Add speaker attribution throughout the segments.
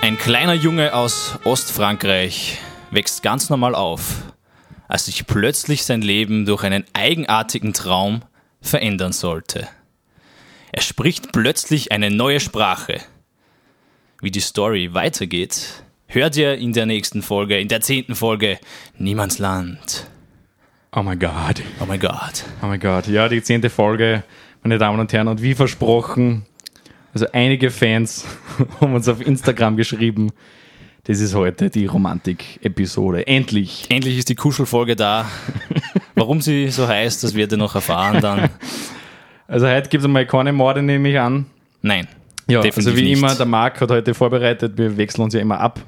Speaker 1: Ein kleiner Junge aus Ostfrankreich wächst ganz normal auf, als sich plötzlich sein Leben durch einen eigenartigen Traum verändern sollte. Er spricht plötzlich eine neue Sprache. Wie die Story weitergeht, hört ihr in der nächsten Folge, in der zehnten Folge Niemandsland.
Speaker 2: Oh mein Gott.
Speaker 1: Oh mein Gott.
Speaker 2: Oh mein Gott. Ja, die zehnte Folge, meine Damen und Herren. Und wie versprochen, also einige Fans haben uns auf Instagram geschrieben, das ist heute die Romantik-Episode. Endlich.
Speaker 1: Endlich ist die Kuschelfolge da. Warum sie so heißt, das werdet ihr noch erfahren dann.
Speaker 2: Also heute gibt es einmal keine Morde, nehme ich an.
Speaker 1: Nein.
Speaker 2: Ja,
Speaker 1: definitiv
Speaker 2: also wie
Speaker 1: nicht.
Speaker 2: immer, der Marc hat heute vorbereitet, wir wechseln uns ja immer ab.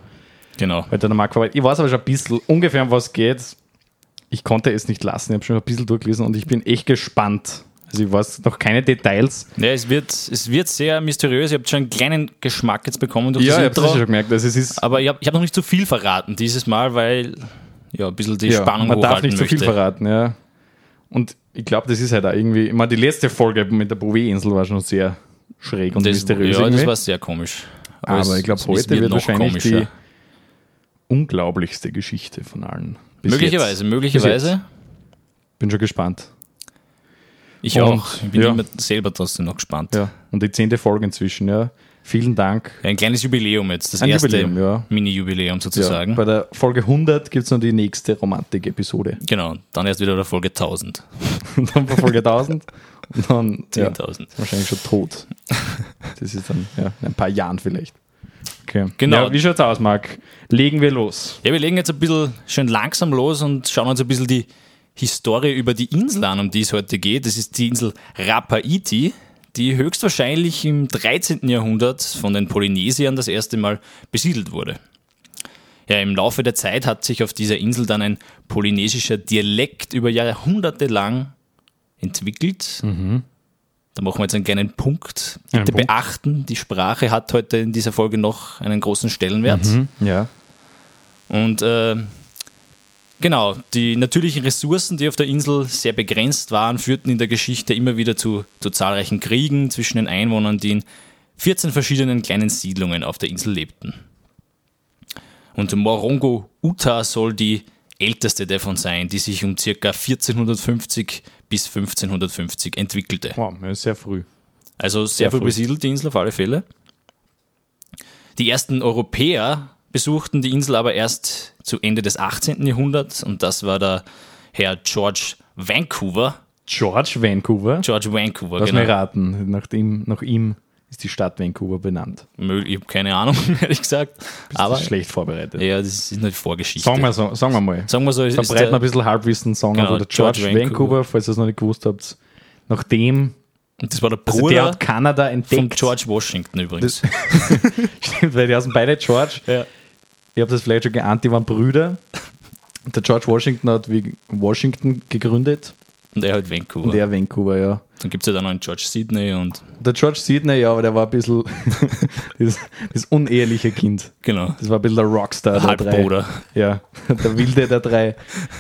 Speaker 1: Genau.
Speaker 2: Heute hat der Marc vorbereitet. Ich weiß aber schon ein bisschen ungefähr, um was geht. Ich konnte es nicht lassen, ich habe schon ein bisschen durchgelesen und ich bin echt gespannt. Also ich weiß noch keine Details.
Speaker 1: Ja, es wird, es wird sehr mysteriös. Ihr habt schon einen kleinen Geschmack jetzt bekommen durch
Speaker 2: ich
Speaker 1: das
Speaker 2: habe das
Speaker 1: Intro.
Speaker 2: schon gemerkt. Also es ist,
Speaker 1: Aber ich habe ich hab noch nicht zu viel verraten dieses Mal, weil ja, ein bisschen die
Speaker 2: ja,
Speaker 1: Spannung
Speaker 2: man darf
Speaker 1: hochhalten
Speaker 2: nicht zu viel
Speaker 1: möchte.
Speaker 2: verraten. Ja. Und ich glaube, das ist halt auch irgendwie, ich meine, die letzte Folge mit der Bouvet-Insel war schon sehr schräg und
Speaker 1: Das,
Speaker 2: mysteriös.
Speaker 1: ja, das
Speaker 2: irgendwie.
Speaker 1: war sehr komisch.
Speaker 2: Aber
Speaker 1: es-
Speaker 2: ich glaube,
Speaker 1: es
Speaker 2: heute wird,
Speaker 1: noch
Speaker 2: wahrscheinlich
Speaker 1: komischer.
Speaker 2: die unglaublichste Geschichte von allen. Bis
Speaker 1: Möglicherweise,
Speaker 2: jetzt. Bis
Speaker 1: möglicherweise.
Speaker 2: jetzt. Bin schon gespannt.
Speaker 1: Ich
Speaker 2: Und-
Speaker 1: auch. Ich bin
Speaker 2: ja.
Speaker 1: immer selber trotzdem noch gespannt.
Speaker 2: Ja. Und die zehnte Folge inzwischen, ja. Vielen Dank.
Speaker 1: Ein kleines Jubiläum jetzt, das
Speaker 2: Ein
Speaker 1: erste
Speaker 2: Jubiläum, ja.
Speaker 1: Mini-Jubiläum sozusagen.
Speaker 2: Ja. Bei der Folge 100 gibt es noch die nächste Romantik-Episode.
Speaker 1: genau, dann erst wieder der Folge 1000.
Speaker 2: Und dann bei Folge 1000 und dann ja,
Speaker 1: 10.000.
Speaker 2: ist wahrscheinlich schon tot. Das ist dann ja, in ein paar Jahren vielleicht. Okay.
Speaker 1: Genau.
Speaker 2: Ja, wie schaut's aus, Marc? Legen wir los.
Speaker 1: Ja, wir legen jetzt ein bisschen schön langsam los und schauen uns ein bisschen die Historie über die Insel an, um die es heute geht. Das ist die Insel Rapaiti, die höchstwahrscheinlich im 13. Jahrhundert von den Polynesiern das erste Mal besiedelt wurde. Ja, im Laufe der Zeit hat sich auf dieser Insel dann ein polynesischer Dialekt über Jahrhunderte lang entwickelt. Da machen wir jetzt einen kleinen Punkt.
Speaker 2: Mhm. Einen
Speaker 1: Bitte
Speaker 2: Punkt.
Speaker 1: beachten, die Sprache hat heute in dieser Folge noch einen großen Stellenwert.
Speaker 2: Mhm. Ja.
Speaker 1: Und äh, genau, die natürlichen Ressourcen, die auf der Insel sehr begrenzt waren, führten in der Geschichte immer wieder zu, zu zahlreichen Kriegen zwischen den Einwohnern, die in 14 verschiedenen kleinen Siedlungen auf der Insel lebten. Und Morongo Uta soll die älteste davon sein, die sich um ca. 1450 bis 1550 entwickelte.
Speaker 2: Wow, ja, sehr früh.
Speaker 1: Also sehr,
Speaker 2: Sehr
Speaker 1: viel
Speaker 2: früh.
Speaker 1: besiedelt die Insel auf alle Fälle. Die ersten Europäer besuchten die Insel aber erst zu Ende des 18. Jahrhunderts und das war der Herr George Vancouver.
Speaker 2: George Vancouver.
Speaker 1: George Vancouver,
Speaker 2: Lass mich
Speaker 1: genau.
Speaker 2: raten, nach ihm, nach ihm ist die Stadt Vancouver benannt.
Speaker 1: Mö- Ich habe keine Ahnung, ehrlich gesagt.
Speaker 2: Aber
Speaker 1: Aber
Speaker 2: ist schlecht vorbereitet.
Speaker 1: ja, das ist eine Vorgeschichte.
Speaker 2: Sagen wir, so, sagen wir mal.
Speaker 1: Sagen wir so, es ist
Speaker 2: Verbreiten
Speaker 1: der,
Speaker 2: ein bisschen Halbwissen, sagen
Speaker 1: Genau,
Speaker 2: einfach der George,
Speaker 1: George
Speaker 2: Vancouver,
Speaker 1: Vancouver,
Speaker 2: falls ihr es noch nicht gewusst habt. Nachdem,
Speaker 1: das war der
Speaker 2: also der
Speaker 1: Bruder
Speaker 2: hat Kanada
Speaker 1: von
Speaker 2: entdeckt,
Speaker 1: George Washington übrigens.
Speaker 2: Stimmt, weil die heißen beide George.
Speaker 1: Ja.
Speaker 2: Ihr habt das vielleicht schon geahnt, die waren Brüder. Der George Washington hat wie Washington gegründet
Speaker 1: Und er halt Vancouver.
Speaker 2: und der Vancouver, ja.
Speaker 1: Dann gibt es ja dann noch einen George Sydney und
Speaker 2: Der George Sidney, ja, aber der war ein bisschen das, das uneheliche Kind.
Speaker 1: genau,
Speaker 2: Das war ein bisschen der Rockstar der drei.
Speaker 1: Halbbruder.
Speaker 2: Ja, der Wilde der drei,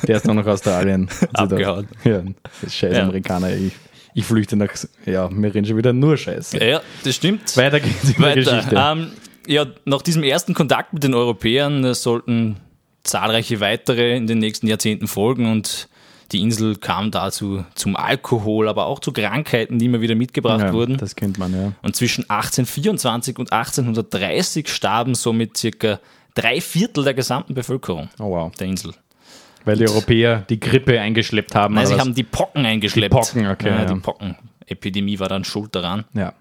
Speaker 2: der ist noch nach Australien. Also da-
Speaker 1: Abgehauen.
Speaker 2: Ja, das scheiß
Speaker 1: Ja.
Speaker 2: Amerikaner. Ich, ich flüchte nach. Ja, wir reden schon wieder nur Scheiße.
Speaker 1: Ja, das stimmt.
Speaker 2: Weiter geht's in der Geschichte.
Speaker 1: Weiter. Ähm, ja, nach diesem ersten Kontakt mit den Europäern äh, sollten zahlreiche weitere in den nächsten Jahrzehnten folgen und die Insel kam dazu zum Alkohol, aber auch zu Krankheiten, die immer wieder mitgebracht
Speaker 2: ja,
Speaker 1: wurden.
Speaker 2: Das kennt man, ja.
Speaker 1: Und zwischen 1824 und 1830 starben somit circa drei Viertel der gesamten Bevölkerung
Speaker 2: Oh wow.
Speaker 1: der Insel.
Speaker 2: Weil die Europäer die Grippe eingeschleppt haben.
Speaker 1: Nein, sie
Speaker 2: oder was?
Speaker 1: haben die Pocken eingeschleppt.
Speaker 2: Die Pocken, okay,
Speaker 1: Ja,
Speaker 2: ja.
Speaker 1: Die Pockenepidemie war dann schuld daran.
Speaker 2: ja.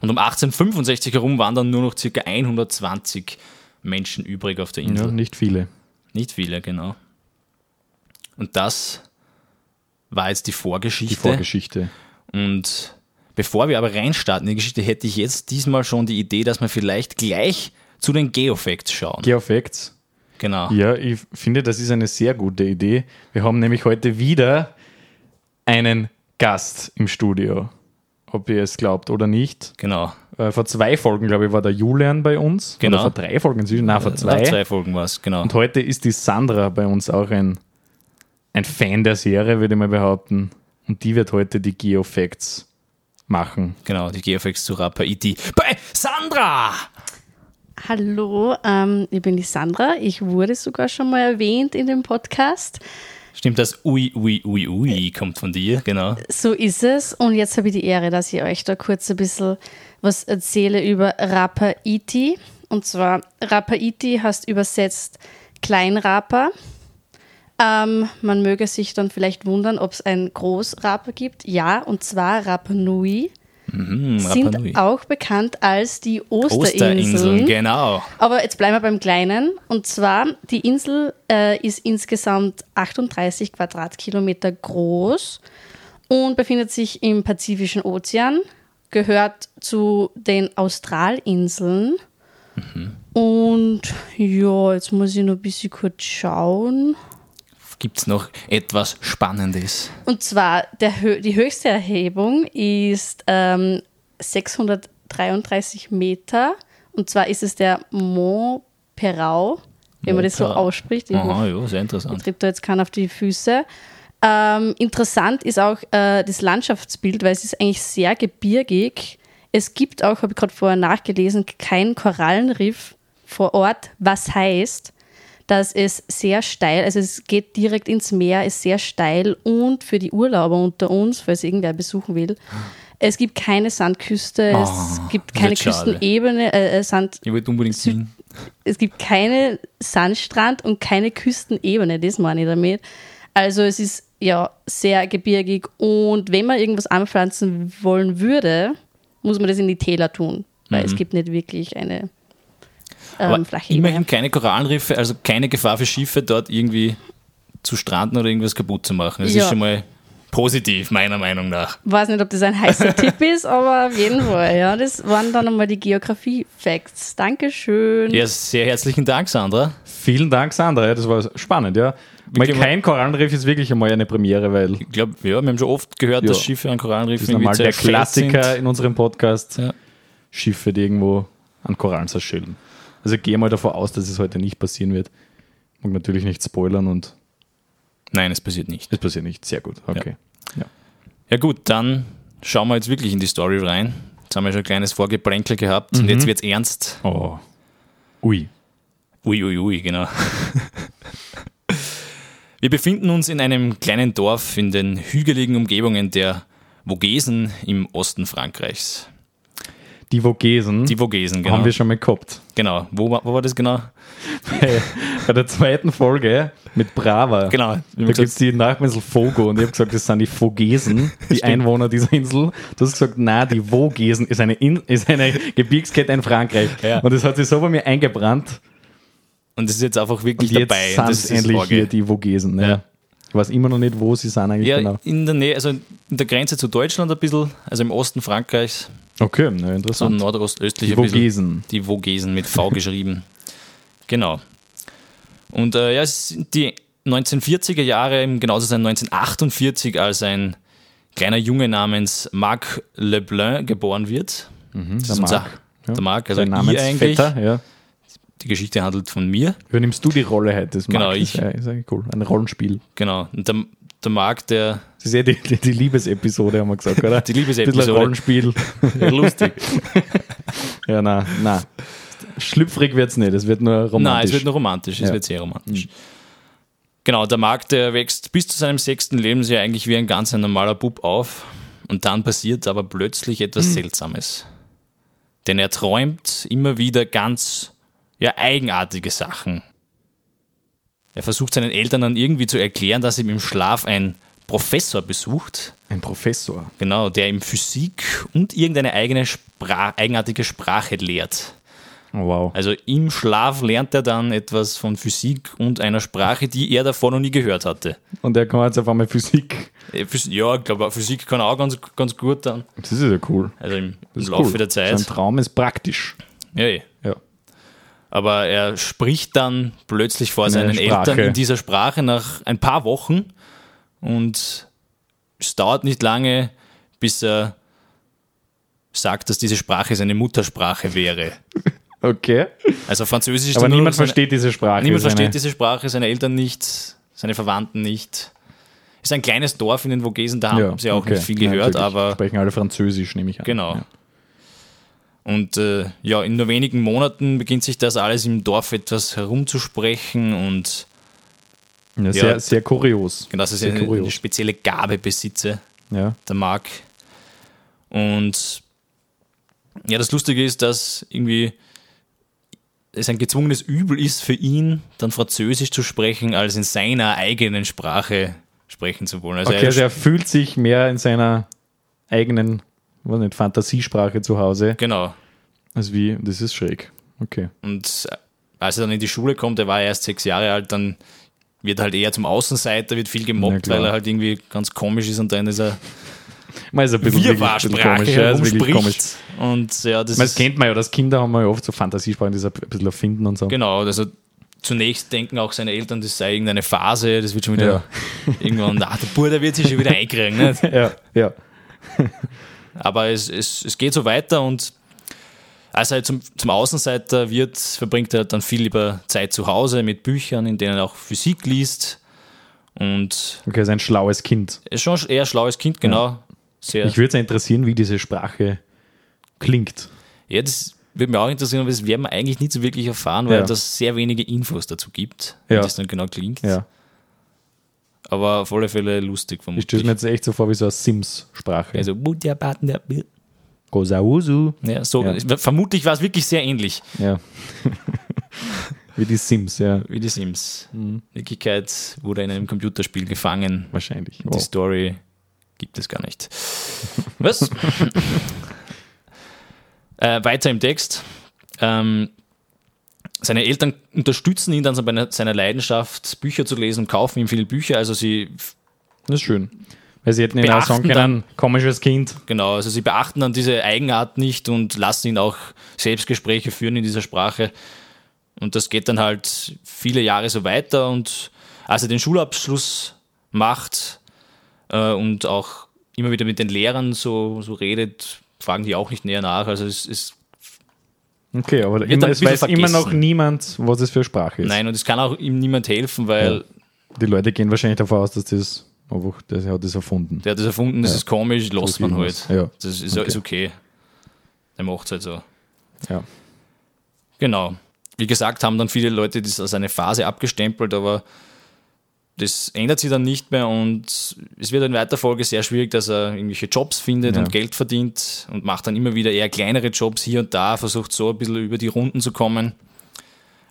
Speaker 1: Und um 1865 herum waren dann nur noch circa 120 Menschen übrig auf der
Speaker 2: ja,
Speaker 1: Insel.
Speaker 2: nicht viele.
Speaker 1: Nicht viele, genau. Und das war jetzt die Vorgeschichte.
Speaker 2: Die Vorgeschichte.
Speaker 1: Und bevor wir aber reinstarten in die Geschichte, hätte ich jetzt diesmal schon die Idee, dass wir vielleicht gleich zu den Geofacts schauen.
Speaker 2: Geofacts.
Speaker 1: genau.
Speaker 2: Ja, ich finde, das ist eine sehr gute Idee. Wir haben nämlich heute wieder einen Gast im Studio. Ob ihr es glaubt oder nicht.
Speaker 1: Genau.
Speaker 2: Äh, vor zwei Folgen, glaube ich, war der Julian bei uns.
Speaker 1: Genau.
Speaker 2: Oder vor drei Folgen inzwischen. Nein, vor zwei.
Speaker 1: Nach zwei Folgen war es, genau.
Speaker 2: Und heute ist die Sandra bei uns auch ein, ein Fan der Serie, würde ich mal behaupten. Und die wird heute die Geofacts machen.
Speaker 1: E Genau, die Geofacts zu Rapaiti. Bei Sandra!
Speaker 3: Hallo, ähm, ich bin die Sandra. Ich wurde sogar schon mal erwähnt in dem Podcast.
Speaker 1: Stimmt, das Ui, Ui, Ui, Ui kommt von dir, genau.
Speaker 3: So ist es. Und jetzt habe ich die Ehre, dass ich euch da kurz ein bisschen was erzähle über Rapa Iti. Und zwar, Rapa Iti heißt übersetzt Kleinrapa. Ähm, man möge sich dann vielleicht wundern, ob es ein Großrapa gibt. Ja, und zwar Rapa Nui.
Speaker 1: Mhm, Rapa
Speaker 3: sind
Speaker 1: Nui.
Speaker 3: auch bekannt als die
Speaker 1: Osterinseln,
Speaker 3: Osterinseln.
Speaker 1: genau.
Speaker 3: Aber jetzt bleiben wir beim Kleinen. Und zwar, die Insel äh, ist insgesamt 38 Quadratkilometer groß und befindet sich im Pazifischen Ozean, gehört zu den Australinseln. Und ja, jetzt muss ich noch ein bisschen kurz schauen.
Speaker 1: Gibt's noch etwas Spannendes?
Speaker 3: Und zwar, der, Hö- die höchste Erhebung ist ähm, 633 Meter. Und zwar ist es der Mont Perau, wenn man das so
Speaker 1: Perau.
Speaker 3: ausspricht. Ich
Speaker 1: Aha, ja, sehr interessant.
Speaker 3: tritt da jetzt keiner auf die Füße. Ähm, interessant ist auch äh, das Landschaftsbild, weil es ist eigentlich sehr gebirgig. Es gibt auch, habe ich gerade vorher nachgelesen, kein Korallenriff vor Ort, was heißt, dass es sehr steil, also es geht direkt ins Meer, ist sehr steil und für die Urlauber unter uns, falls irgendwer besuchen will, es gibt keine Sandküste, es
Speaker 1: Ah,
Speaker 3: gibt keine
Speaker 1: wird schade.
Speaker 3: Küstenebene, äh, äh, Sand,
Speaker 1: Ich wollte unbedingt
Speaker 3: Süd-
Speaker 1: hin.
Speaker 3: es gibt keinen Sandstrand und keine Küstenebene, das meine ich damit. Also es ist ja sehr gebirgig und wenn man irgendwas anpflanzen wollen würde, muss man das in die Täler tun, weil es gibt nicht wirklich eine
Speaker 1: Mhm. Aber
Speaker 3: ähm, flache Ebene.
Speaker 1: immerhin keine Korallenriffe, also keine Gefahr für Schiffe, dort irgendwie zu stranden oder irgendwas kaputt zu machen. Das
Speaker 3: Ja.
Speaker 1: ist schon mal positiv, meiner Meinung nach.
Speaker 3: Weiß nicht, ob das ein heißer Tipp ist, aber auf jeden Fall. Ja, das waren dann nochmal die Geografie-Facts. Dankeschön.
Speaker 1: Ja, sehr herzlichen Dank, Sandra.
Speaker 2: Vielen Dank, Sandra. Ja, Das war spannend, ja. Mal
Speaker 1: Wirklich mal-
Speaker 2: kein Korallenriff ist wirklich einmal eine Premiere, weil
Speaker 1: Ich glaube, ja, wir haben schon oft gehört,
Speaker 2: Ja.
Speaker 1: dass Schiffe an Korallenriffen
Speaker 2: das ist normal der
Speaker 1: zerstört
Speaker 2: Klassiker
Speaker 1: sind.
Speaker 2: in unserem Podcast.
Speaker 1: Ja.
Speaker 2: Schiffe, die irgendwo an Korallen zerschellen. Also ich gehe mal davon aus, dass es heute nicht passieren wird. Und natürlich nicht spoilern und
Speaker 1: Nein, es passiert nicht.
Speaker 2: es passiert nicht. Sehr gut. Okay.
Speaker 1: Ja gut, dann schauen wir jetzt wirklich in die Story rein. Jetzt haben wir schon ein kleines Vorgeplänkel gehabt
Speaker 2: Mhm.
Speaker 1: und jetzt wird's ernst.
Speaker 2: Oh. Ui.
Speaker 1: Uiuiui, ui, ui, genau. Wir befinden uns in einem kleinen Dorf in den hügeligen Umgebungen der Vogesen im Osten Frankreichs.
Speaker 2: Die Vogesen
Speaker 1: Die Vogesen, genau.
Speaker 2: haben wir schon mal gehabt.
Speaker 1: genau. Wo, war- wo war das genau?
Speaker 2: Bei, bei der zweiten Folge mit Brava.
Speaker 1: Genau. Wie
Speaker 2: Da
Speaker 1: wir
Speaker 2: gibt
Speaker 1: gesagt-
Speaker 2: es die Nachminsel Fogo und ich habe gesagt, das sind die Vogesen, die Einwohner dieser Insel. Du hast gesagt, na, die Vogesen ist eine, In ist eine Gebirgskette in Frankreich.
Speaker 1: Ja.
Speaker 2: Und das hat sich so bei mir eingebrannt.
Speaker 1: Und das ist jetzt einfach wirklich
Speaker 2: Und jetzt
Speaker 1: dabei.
Speaker 2: sind
Speaker 1: das ist das
Speaker 2: endlich
Speaker 1: Orge.
Speaker 2: hier die Vogesen. Ne?
Speaker 1: Ja.
Speaker 2: Ich weiß immer noch nicht, wo sie sind eigentlich
Speaker 1: ja,
Speaker 2: genau.
Speaker 1: in der Nähe, also in der Grenze zu Deutschland ein bisschen, also im Osten Frankreichs,
Speaker 2: Okay, na,
Speaker 1: so
Speaker 2: interessant.
Speaker 1: nordostöstlich
Speaker 2: Die
Speaker 1: ein bisschen. Hm?
Speaker 2: Vogesen.
Speaker 1: Die Vogesen mit V geschrieben. Genau. Und äh, ja, es sind die 1940er Jahre, im genau zu sein 1948, als ein kleiner Junge namens Marc Leblin geboren wird. das
Speaker 2: Hm, der Marc, ja.
Speaker 1: Der Marc, also
Speaker 2: Sein
Speaker 1: ein
Speaker 2: Name
Speaker 1: I
Speaker 2: ist
Speaker 1: eigentlich.
Speaker 2: Vetter. Ja.
Speaker 1: Die Geschichte handelt von mir.
Speaker 2: Übernimmst du die Rolle heute? Das
Speaker 1: Genau,
Speaker 2: mag
Speaker 1: ich.
Speaker 2: Das, ja, ist eigentlich cool. Ein Rollenspiel.
Speaker 1: Genau. Und der, der Marc, der,
Speaker 2: Das ist ja die, die, die Liebesepisode, haben wir gesagt, oder?
Speaker 1: die
Speaker 2: Ein bisschen
Speaker 1: Liebesepisode.
Speaker 2: Rollenspiel.
Speaker 1: Ja, lustig.
Speaker 2: Ja, na, na. Schlüpfrig wird's nicht, es wird nur romantisch.
Speaker 1: Nein, es wird nur romantisch. Es
Speaker 2: Ja. Mhm.
Speaker 1: wird sehr romantisch. Genau, der Markt, der wächst bis zu seinem sechsten Lebensjahr eigentlich wie ein ganz ein normaler Bub auf. Und dann passiert aber plötzlich etwas
Speaker 2: Mhm.
Speaker 1: Seltsames. Denn er träumt immer wieder ganz ja, eigenartige Sachen. Er versucht seinen Eltern dann irgendwie zu erklären, dass ihm im Schlaf ein Professor besucht,
Speaker 2: Ein Professor.
Speaker 1: genau, der ihm Physik und irgendeine eigene Spra eigenartige Sprache lehrt.
Speaker 2: Oh, wow.
Speaker 1: Also im Schlaf lernt er dann etwas von Physik und einer Sprache, die er davor noch nie gehört hatte.
Speaker 2: Und der kann jetzt auf einmal Physik.
Speaker 1: Äh, Phys- Ja, ich glaube, Physik kann er auch ganz, ganz gut dann.
Speaker 2: Das ist ja cool.
Speaker 1: Also im,
Speaker 2: Das
Speaker 1: im
Speaker 2: ist
Speaker 1: Laufe
Speaker 2: cool.
Speaker 1: der Zeit.
Speaker 2: Sein Traum ist praktisch.
Speaker 1: Ja, eh.
Speaker 2: Ja.
Speaker 1: Aber er spricht dann plötzlich vor seinen
Speaker 2: Sprache.
Speaker 1: Eltern in dieser Sprache nach ein paar Wochen und es dauert nicht lange, bis er sagt, dass diese Sprache seine Muttersprache wäre.
Speaker 2: Okay.
Speaker 1: Also Französisch ist
Speaker 2: Aber
Speaker 1: dann nur
Speaker 2: niemand
Speaker 1: seine-
Speaker 2: versteht diese Sprache.
Speaker 1: Niemand
Speaker 2: ist eine-
Speaker 1: versteht diese Sprache, seine Eltern nicht, seine Verwandten nicht. Ist ein kleines Dorf in den Vogesen, da haben sie auch
Speaker 2: okay.
Speaker 1: nicht viel
Speaker 2: Ja,
Speaker 1: gehört,
Speaker 2: natürlich.
Speaker 1: aber
Speaker 2: Sprechen alle Französisch, nehme ich an.
Speaker 1: genau.
Speaker 2: Ja.
Speaker 1: Und äh, ja, in nur wenigen Monaten beginnt sich das alles im Dorf etwas herumzusprechen und genau,
Speaker 2: Ja, sehr, sehr kurios.
Speaker 1: dass ich
Speaker 2: sehr
Speaker 1: eine, eine
Speaker 2: kurios.
Speaker 1: spezielle Gabe besitze,
Speaker 2: Ja.
Speaker 1: der Mark. Und ja, das Lustige ist, dass irgendwie es ein gezwungenes Übel ist für ihn, dann Französisch zu sprechen, als in seiner eigenen Sprache sprechen zu wollen. Also
Speaker 2: Okay, also
Speaker 1: er,
Speaker 2: er fühlt sich mehr in seiner eigenen weiß nicht, Fantasiesprache zu Hause,
Speaker 1: genau.
Speaker 2: als wie, das ist schräg. Okay.
Speaker 1: Und äh, als er dann in die Schule kommt, er war ja erst sechs Jahre alt, dann wird er halt eher zum Außenseiter, wird viel gemobbt,
Speaker 2: Na klar.
Speaker 1: weil er halt irgendwie ganz komisch ist und dann ist er
Speaker 2: Man ist ein bisschen, wirklich- bisschen
Speaker 1: Wirrwarr-Sprache
Speaker 2: komisch, ja, ist wirklich komisch.
Speaker 1: herumspricht. Und ja, das
Speaker 2: Man, das
Speaker 1: ist,
Speaker 2: kennt man ja, dass Kinder haben wir ja oft so Fantasiesprachen, die sie ein bisschen erfinden und so.
Speaker 1: genau, also zunächst denken auch seine Eltern, das sei irgendeine Phase, das wird schon wieder irgendwann, na, der Bruder wird sich schon wieder einkriegen. Ne?
Speaker 2: Ja, ja.
Speaker 1: Aber es, es, es geht so weiter und als er zum, zum Außenseiter wird, verbringt er dann viel lieber Zeit zu Hause mit Büchern, in denen er auch Physik liest. Und
Speaker 2: Okay, ist ein schlaues Kind.
Speaker 1: ist schon eher ein schlaues Kind, genau. Sehr.
Speaker 2: Mich würde es ja interessieren, wie diese Sprache klingt.
Speaker 1: ja, das würde mich auch interessieren, aber das werden wir eigentlich nicht so wirklich erfahren, weil
Speaker 2: Ja.
Speaker 1: das sehr wenige Infos dazu gibt,
Speaker 2: Ja.
Speaker 1: wie das dann genau klingt.
Speaker 2: Ja.
Speaker 1: Aber auf alle Fälle lustig
Speaker 2: Ich stelle mir
Speaker 1: vermutlich.
Speaker 2: jetzt echt so vor wie so eine Sims-Sprache.
Speaker 1: Also, ja,
Speaker 2: Gosausu.
Speaker 1: so,
Speaker 2: Ja.
Speaker 1: vermutlich war es wirklich sehr ähnlich
Speaker 2: Ja. wie die Sims, ja.
Speaker 1: wie die Sims.
Speaker 2: Mhm.
Speaker 1: In Wirklichkeit wurde er in einem Computerspiel gefangen
Speaker 2: Wahrscheinlich.
Speaker 1: Die
Speaker 2: Wow.
Speaker 1: Story gibt es gar nicht. Was? äh, weiter im Text. Ähm, seine Eltern unterstützen ihn dann so bei einer- seiner Leidenschaft, Bücher zu lesen und kaufen ihm viele Bücher. Also sie,
Speaker 2: Das ist schön. Weil sie hätten ihn auch
Speaker 1: Beachten
Speaker 2: sagen können, komisches Kind.
Speaker 1: genau, also sie beachten dann diese Eigenart nicht und lassen ihn auch Selbstgespräche führen in dieser Sprache. Und das geht dann halt viele Jahre so weiter. Und als er den Schulabschluss macht, äh, und auch immer wieder mit den Lehrern so, so redet, fragen die auch nicht näher nach. Also es ist
Speaker 2: Okay, aber
Speaker 1: ein
Speaker 2: immer, es
Speaker 1: bisschen
Speaker 2: weiß immer noch
Speaker 1: vergessen.
Speaker 2: niemand, was es für Sprache ist.
Speaker 1: nein und es kann auch ihm niemand helfen, weil
Speaker 2: Ja. Die Leute gehen wahrscheinlich davon aus, dass das einfach, der hat das erfunden.
Speaker 1: der hat das erfunden, das ist komisch,
Speaker 2: Das ist
Speaker 1: lässt man
Speaker 2: irgendwas.
Speaker 1: halt.
Speaker 2: Ja.
Speaker 1: Das ist
Speaker 2: Okay.
Speaker 1: okay. ist okay. Der macht es halt so.
Speaker 2: Ja.
Speaker 1: Genau. Wie gesagt, haben dann viele Leute das als eine Phase abgestempelt, aber das ändert sich dann nicht mehr und es wird in weiter Folge sehr schwierig, dass er irgendwelche Jobs findet
Speaker 2: Ja.
Speaker 1: und Geld verdient und macht dann immer wieder eher kleinere Jobs hier und da, versucht so ein bisschen über die Runden zu kommen.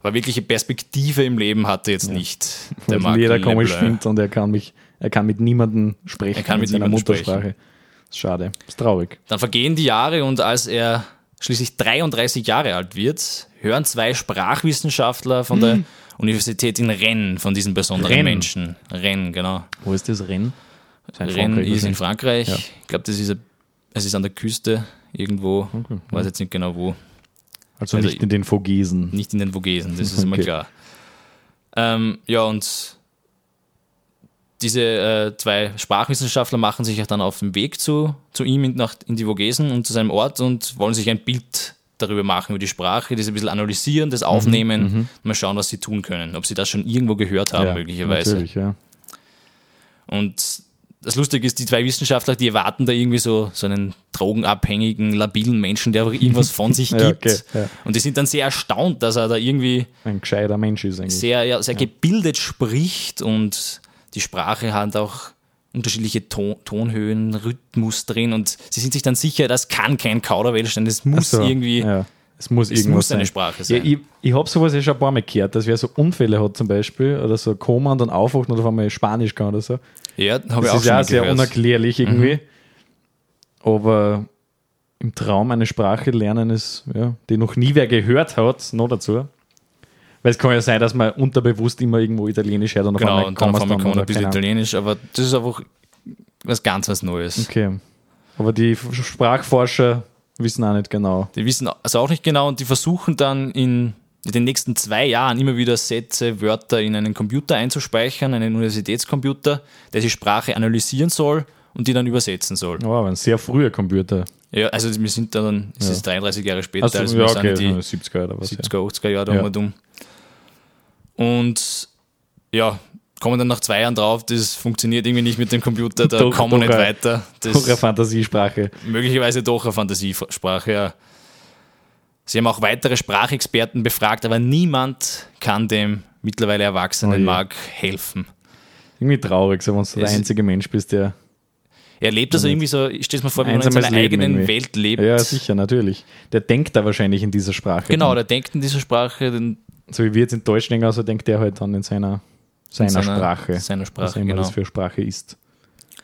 Speaker 1: Aber wirkliche Perspektive im Leben hat er jetzt nicht.
Speaker 2: Der
Speaker 1: Mark
Speaker 2: Weil jeder komisch
Speaker 1: Lebler.
Speaker 2: findet und er kann mich, er kann mit niemandem sprechen.
Speaker 1: Er kann mit
Speaker 2: seiner
Speaker 1: niemandem
Speaker 2: Muttersprache. Ist schade. Ist traurig.
Speaker 1: Dann vergehen die Jahre und als er schließlich 33 Jahre alt wird, hören zwei Sprachwissenschaftler von der Universität in Rennes von diesen besonderen
Speaker 2: Rennes.
Speaker 1: Menschen. Rennes, genau.
Speaker 2: Wo ist das Rennen?
Speaker 1: Rennes ist in Frankreich.
Speaker 2: Ja.
Speaker 1: Ich glaube, das ist, es ist an der Küste irgendwo. Weiß jetzt nicht genau wo.
Speaker 2: Also
Speaker 1: Also
Speaker 2: nicht in den Vogesen.
Speaker 1: Nicht in den Vogesen, das ist immer
Speaker 2: Okay.
Speaker 1: klar. Ähm, ja, und diese äh, zwei Sprachwissenschaftler machen sich auch dann auf den Weg zu, zu ihm in, nach, in die Vogesen und zu seinem Ort und wollen sich ein Bild darüber machen, über die Sprache, das ein bisschen analysieren,
Speaker 2: Mhm.
Speaker 1: das aufnehmen, mal schauen, was sie tun können, ob sie das schon irgendwo gehört haben, möglicherweise.
Speaker 2: Natürlich, ja.
Speaker 1: Und das Lustige ist, die zwei Wissenschaftler, die erwarten da irgendwie so, so einen drogenabhängigen, labilen Menschen, der auch irgendwas von sich
Speaker 2: Ja,
Speaker 1: gibt.
Speaker 2: okay, ja.
Speaker 1: Und die sind dann sehr erstaunt, dass er da irgendwie
Speaker 2: Ein gescheiter Mensch ist eigentlich.
Speaker 1: sehr, ja, sehr gebildet spricht und die Sprache hat auch unterschiedliche Ton Tonhöhen, Rhythmus drin und sie sind sich dann sicher, das kann kein Kauderwelsch sein, das muss
Speaker 2: So,
Speaker 1: irgendwie.
Speaker 2: Ja. Es muss
Speaker 1: Es
Speaker 2: irgendwas
Speaker 1: muss
Speaker 2: sein.
Speaker 1: eine Sprache sein.
Speaker 2: Ja, ich ich habe sowas ja schon ein paar Mal gehört, dass wer so Unfälle hat zum Beispiel oder so Koma und dann aufwacht und auf einmal Spanisch kann oder so.
Speaker 1: Ja, habe ich
Speaker 2: Das
Speaker 1: auch
Speaker 2: ist
Speaker 1: schon
Speaker 2: ja
Speaker 1: mal
Speaker 2: sehr
Speaker 1: gehört. Mhm.
Speaker 2: unerklärlich irgendwie. Aber im Traum eine Sprache lernen ist, ja, die noch nie wer gehört hat, noch dazu. Weil es kann ja sein, dass man unterbewusst immer irgendwo Italienisch hört und auf
Speaker 1: Genau,
Speaker 2: einmal
Speaker 1: und dann
Speaker 2: man's
Speaker 1: auf einmal
Speaker 2: dann
Speaker 1: kommt
Speaker 2: oder
Speaker 1: ein bisschen
Speaker 2: keine Ahnung.
Speaker 1: Italienisch, aber das ist einfach was ganz was Neues.
Speaker 2: Okay. Aber die F- Sprachforscher wissen auch nicht genau.
Speaker 1: Die wissen also auch nicht genau und die versuchen dann in den nächsten zwei Jahren immer wieder Sätze, Wörter in einen Computer einzuspeichern, einen Universitätscomputer, der die Sprache analysieren soll und die dann übersetzen soll.
Speaker 2: Oh, aber ein sehr früher Computer.
Speaker 1: Ja, also wir sind da dann, es ist 33 Jahre später,
Speaker 2: Ach so,
Speaker 1: also
Speaker 2: ja,
Speaker 1: wir
Speaker 2: okay,
Speaker 1: sind die
Speaker 2: 70er oder was.
Speaker 1: 70er, 80er Jahre da
Speaker 2: Ja.
Speaker 1: mal dumm. Und ja, kommen dann nach zwei Jahren drauf, das funktioniert irgendwie nicht mit dem Computer, da
Speaker 2: Doch,
Speaker 1: kommen wir
Speaker 2: doch,
Speaker 1: nicht
Speaker 2: ja.
Speaker 1: weiter.
Speaker 2: Pure
Speaker 1: Das
Speaker 2: Fantasiesprache.
Speaker 1: möglicherweise doch eine Fantasiesprache, ja. Sie haben auch weitere Sprachexperten befragt, aber niemand kann dem mittlerweile erwachsenen
Speaker 2: Oh je.
Speaker 1: Mark helfen.
Speaker 2: Irgendwie traurig, so, wenn du der
Speaker 1: Es-
Speaker 2: einzige Mensch bist, der.
Speaker 1: Er lebt also irgendwie so, ich stelle mir vor, wenn man in
Speaker 2: Einsames
Speaker 1: seiner
Speaker 2: Leben
Speaker 1: eigenen
Speaker 2: irgendwie.
Speaker 1: Welt lebt.
Speaker 2: Ja, sicher, natürlich. Der denkt da wahrscheinlich in dieser Sprache.
Speaker 1: Genau, der denkt in dieser Sprache, den,
Speaker 2: So wie wir jetzt in Deutsch denken, also denkt der halt dann in seiner, seiner,
Speaker 1: seiner-
Speaker 2: Sprache.
Speaker 1: seiner
Speaker 2: was
Speaker 1: Sprache,
Speaker 2: immer
Speaker 1: genau.
Speaker 2: das für Sprache ist.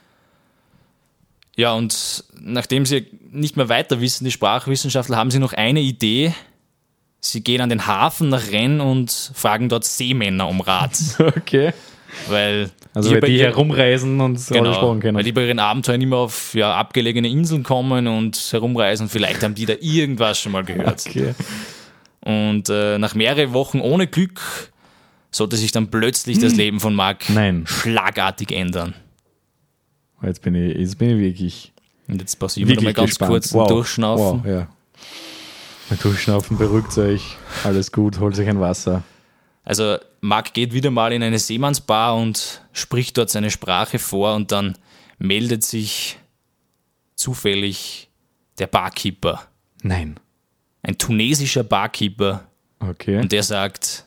Speaker 1: Ja, und nachdem sie nicht mehr weiter wissen, die Sprachwissenschaftler, haben sie noch eine Idee. Sie gehen an den Hafen nach Rennes und fragen dort Seemänner um Rat,
Speaker 2: Okay.
Speaker 1: weil
Speaker 2: Also
Speaker 1: die
Speaker 2: weil
Speaker 1: bei
Speaker 2: die
Speaker 1: ihr-
Speaker 2: herumreisen und so alle
Speaker 1: genau,
Speaker 2: Sprachen kennen.
Speaker 1: weil die bei ihren Abenteuern immer auf ja, abgelegene Inseln kommen und herumreisen. Vielleicht haben die da irgendwas schon mal gehört.
Speaker 2: okay.
Speaker 1: Und äh, nach mehreren Wochen ohne Glück sollte sich dann plötzlich das Leben von Mark
Speaker 2: Hm. Nein.
Speaker 1: schlagartig ändern.
Speaker 2: Jetzt bin ich, jetzt bin ich wirklich,
Speaker 1: Und jetzt pausieren wir
Speaker 2: wirklich
Speaker 1: mal ganz
Speaker 2: gespannt.
Speaker 1: kurz und durchschnaufen.
Speaker 2: Wow, ja. Mal durchschnaufen, beruhigt euch, alles gut, holt euch ein Wasser.
Speaker 1: Also Mark geht wieder mal in eine Seemannsbar und spricht dort seine Sprache vor und dann meldet sich zufällig der Barkeeper,
Speaker 2: Nein.
Speaker 1: ein tunesischer Barkeeper,
Speaker 2: Okay.
Speaker 1: und der sagt,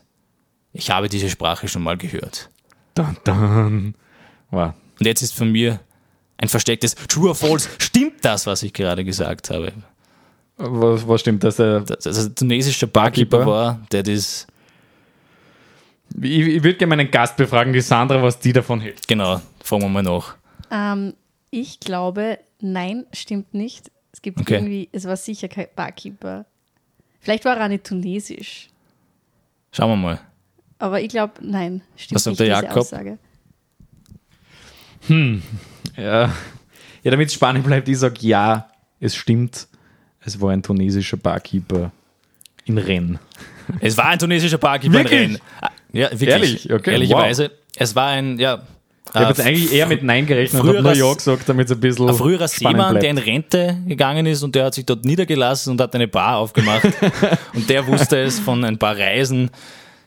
Speaker 1: ich habe diese Sprache schon mal gehört.
Speaker 2: Dann, dann. Wow.
Speaker 1: Und jetzt ist von mir ein verstecktes True or False, stimmt das, was ich gerade gesagt habe?
Speaker 2: Was, was stimmt, dass der.
Speaker 1: Das, also ein tunesischer Barkeeper
Speaker 2: Barkeeper?
Speaker 1: war, der das,
Speaker 2: Ich, ich würde gerne meinen Gast befragen, die Sandra, was die davon hält.
Speaker 1: genau, fragen wir mal nach.
Speaker 3: Ähm, ich glaube, nein, stimmt nicht. Es gibt
Speaker 1: Okay.
Speaker 3: irgendwie, es war sicher kein Barkeeper. Vielleicht war er auch nicht tunesisch.
Speaker 1: Schauen wir mal.
Speaker 3: Aber ich glaube, nein, stimmt
Speaker 1: Was sagt
Speaker 3: nicht
Speaker 1: der
Speaker 3: diese
Speaker 1: Jakob?
Speaker 3: Aussage.
Speaker 2: Ja. Ja, damit es spannend bleibt, ich sage ja, es stimmt. Es war ein tunesischer Barkeeper in Rennes.
Speaker 1: Es war ein tunesischer Barkeeper
Speaker 2: Wirklich?
Speaker 1: in Rennes. Ah, Ja, wirklich.
Speaker 2: Ehrlich? Okay,
Speaker 1: Ehrlicherweise. Es war ein, ja.
Speaker 2: Ich habe jetzt eigentlich eher mit Nein gerechnet und habe nur
Speaker 1: früheres-
Speaker 2: Ja gesagt, damit es ein bisschen.
Speaker 1: ein früherer
Speaker 2: spannend
Speaker 1: Seemann,
Speaker 2: bleibt.
Speaker 1: der in Rente gegangen ist und der hat sich dort niedergelassen und hat eine Bar aufgemacht. und der wusste es von ein paar Reisen.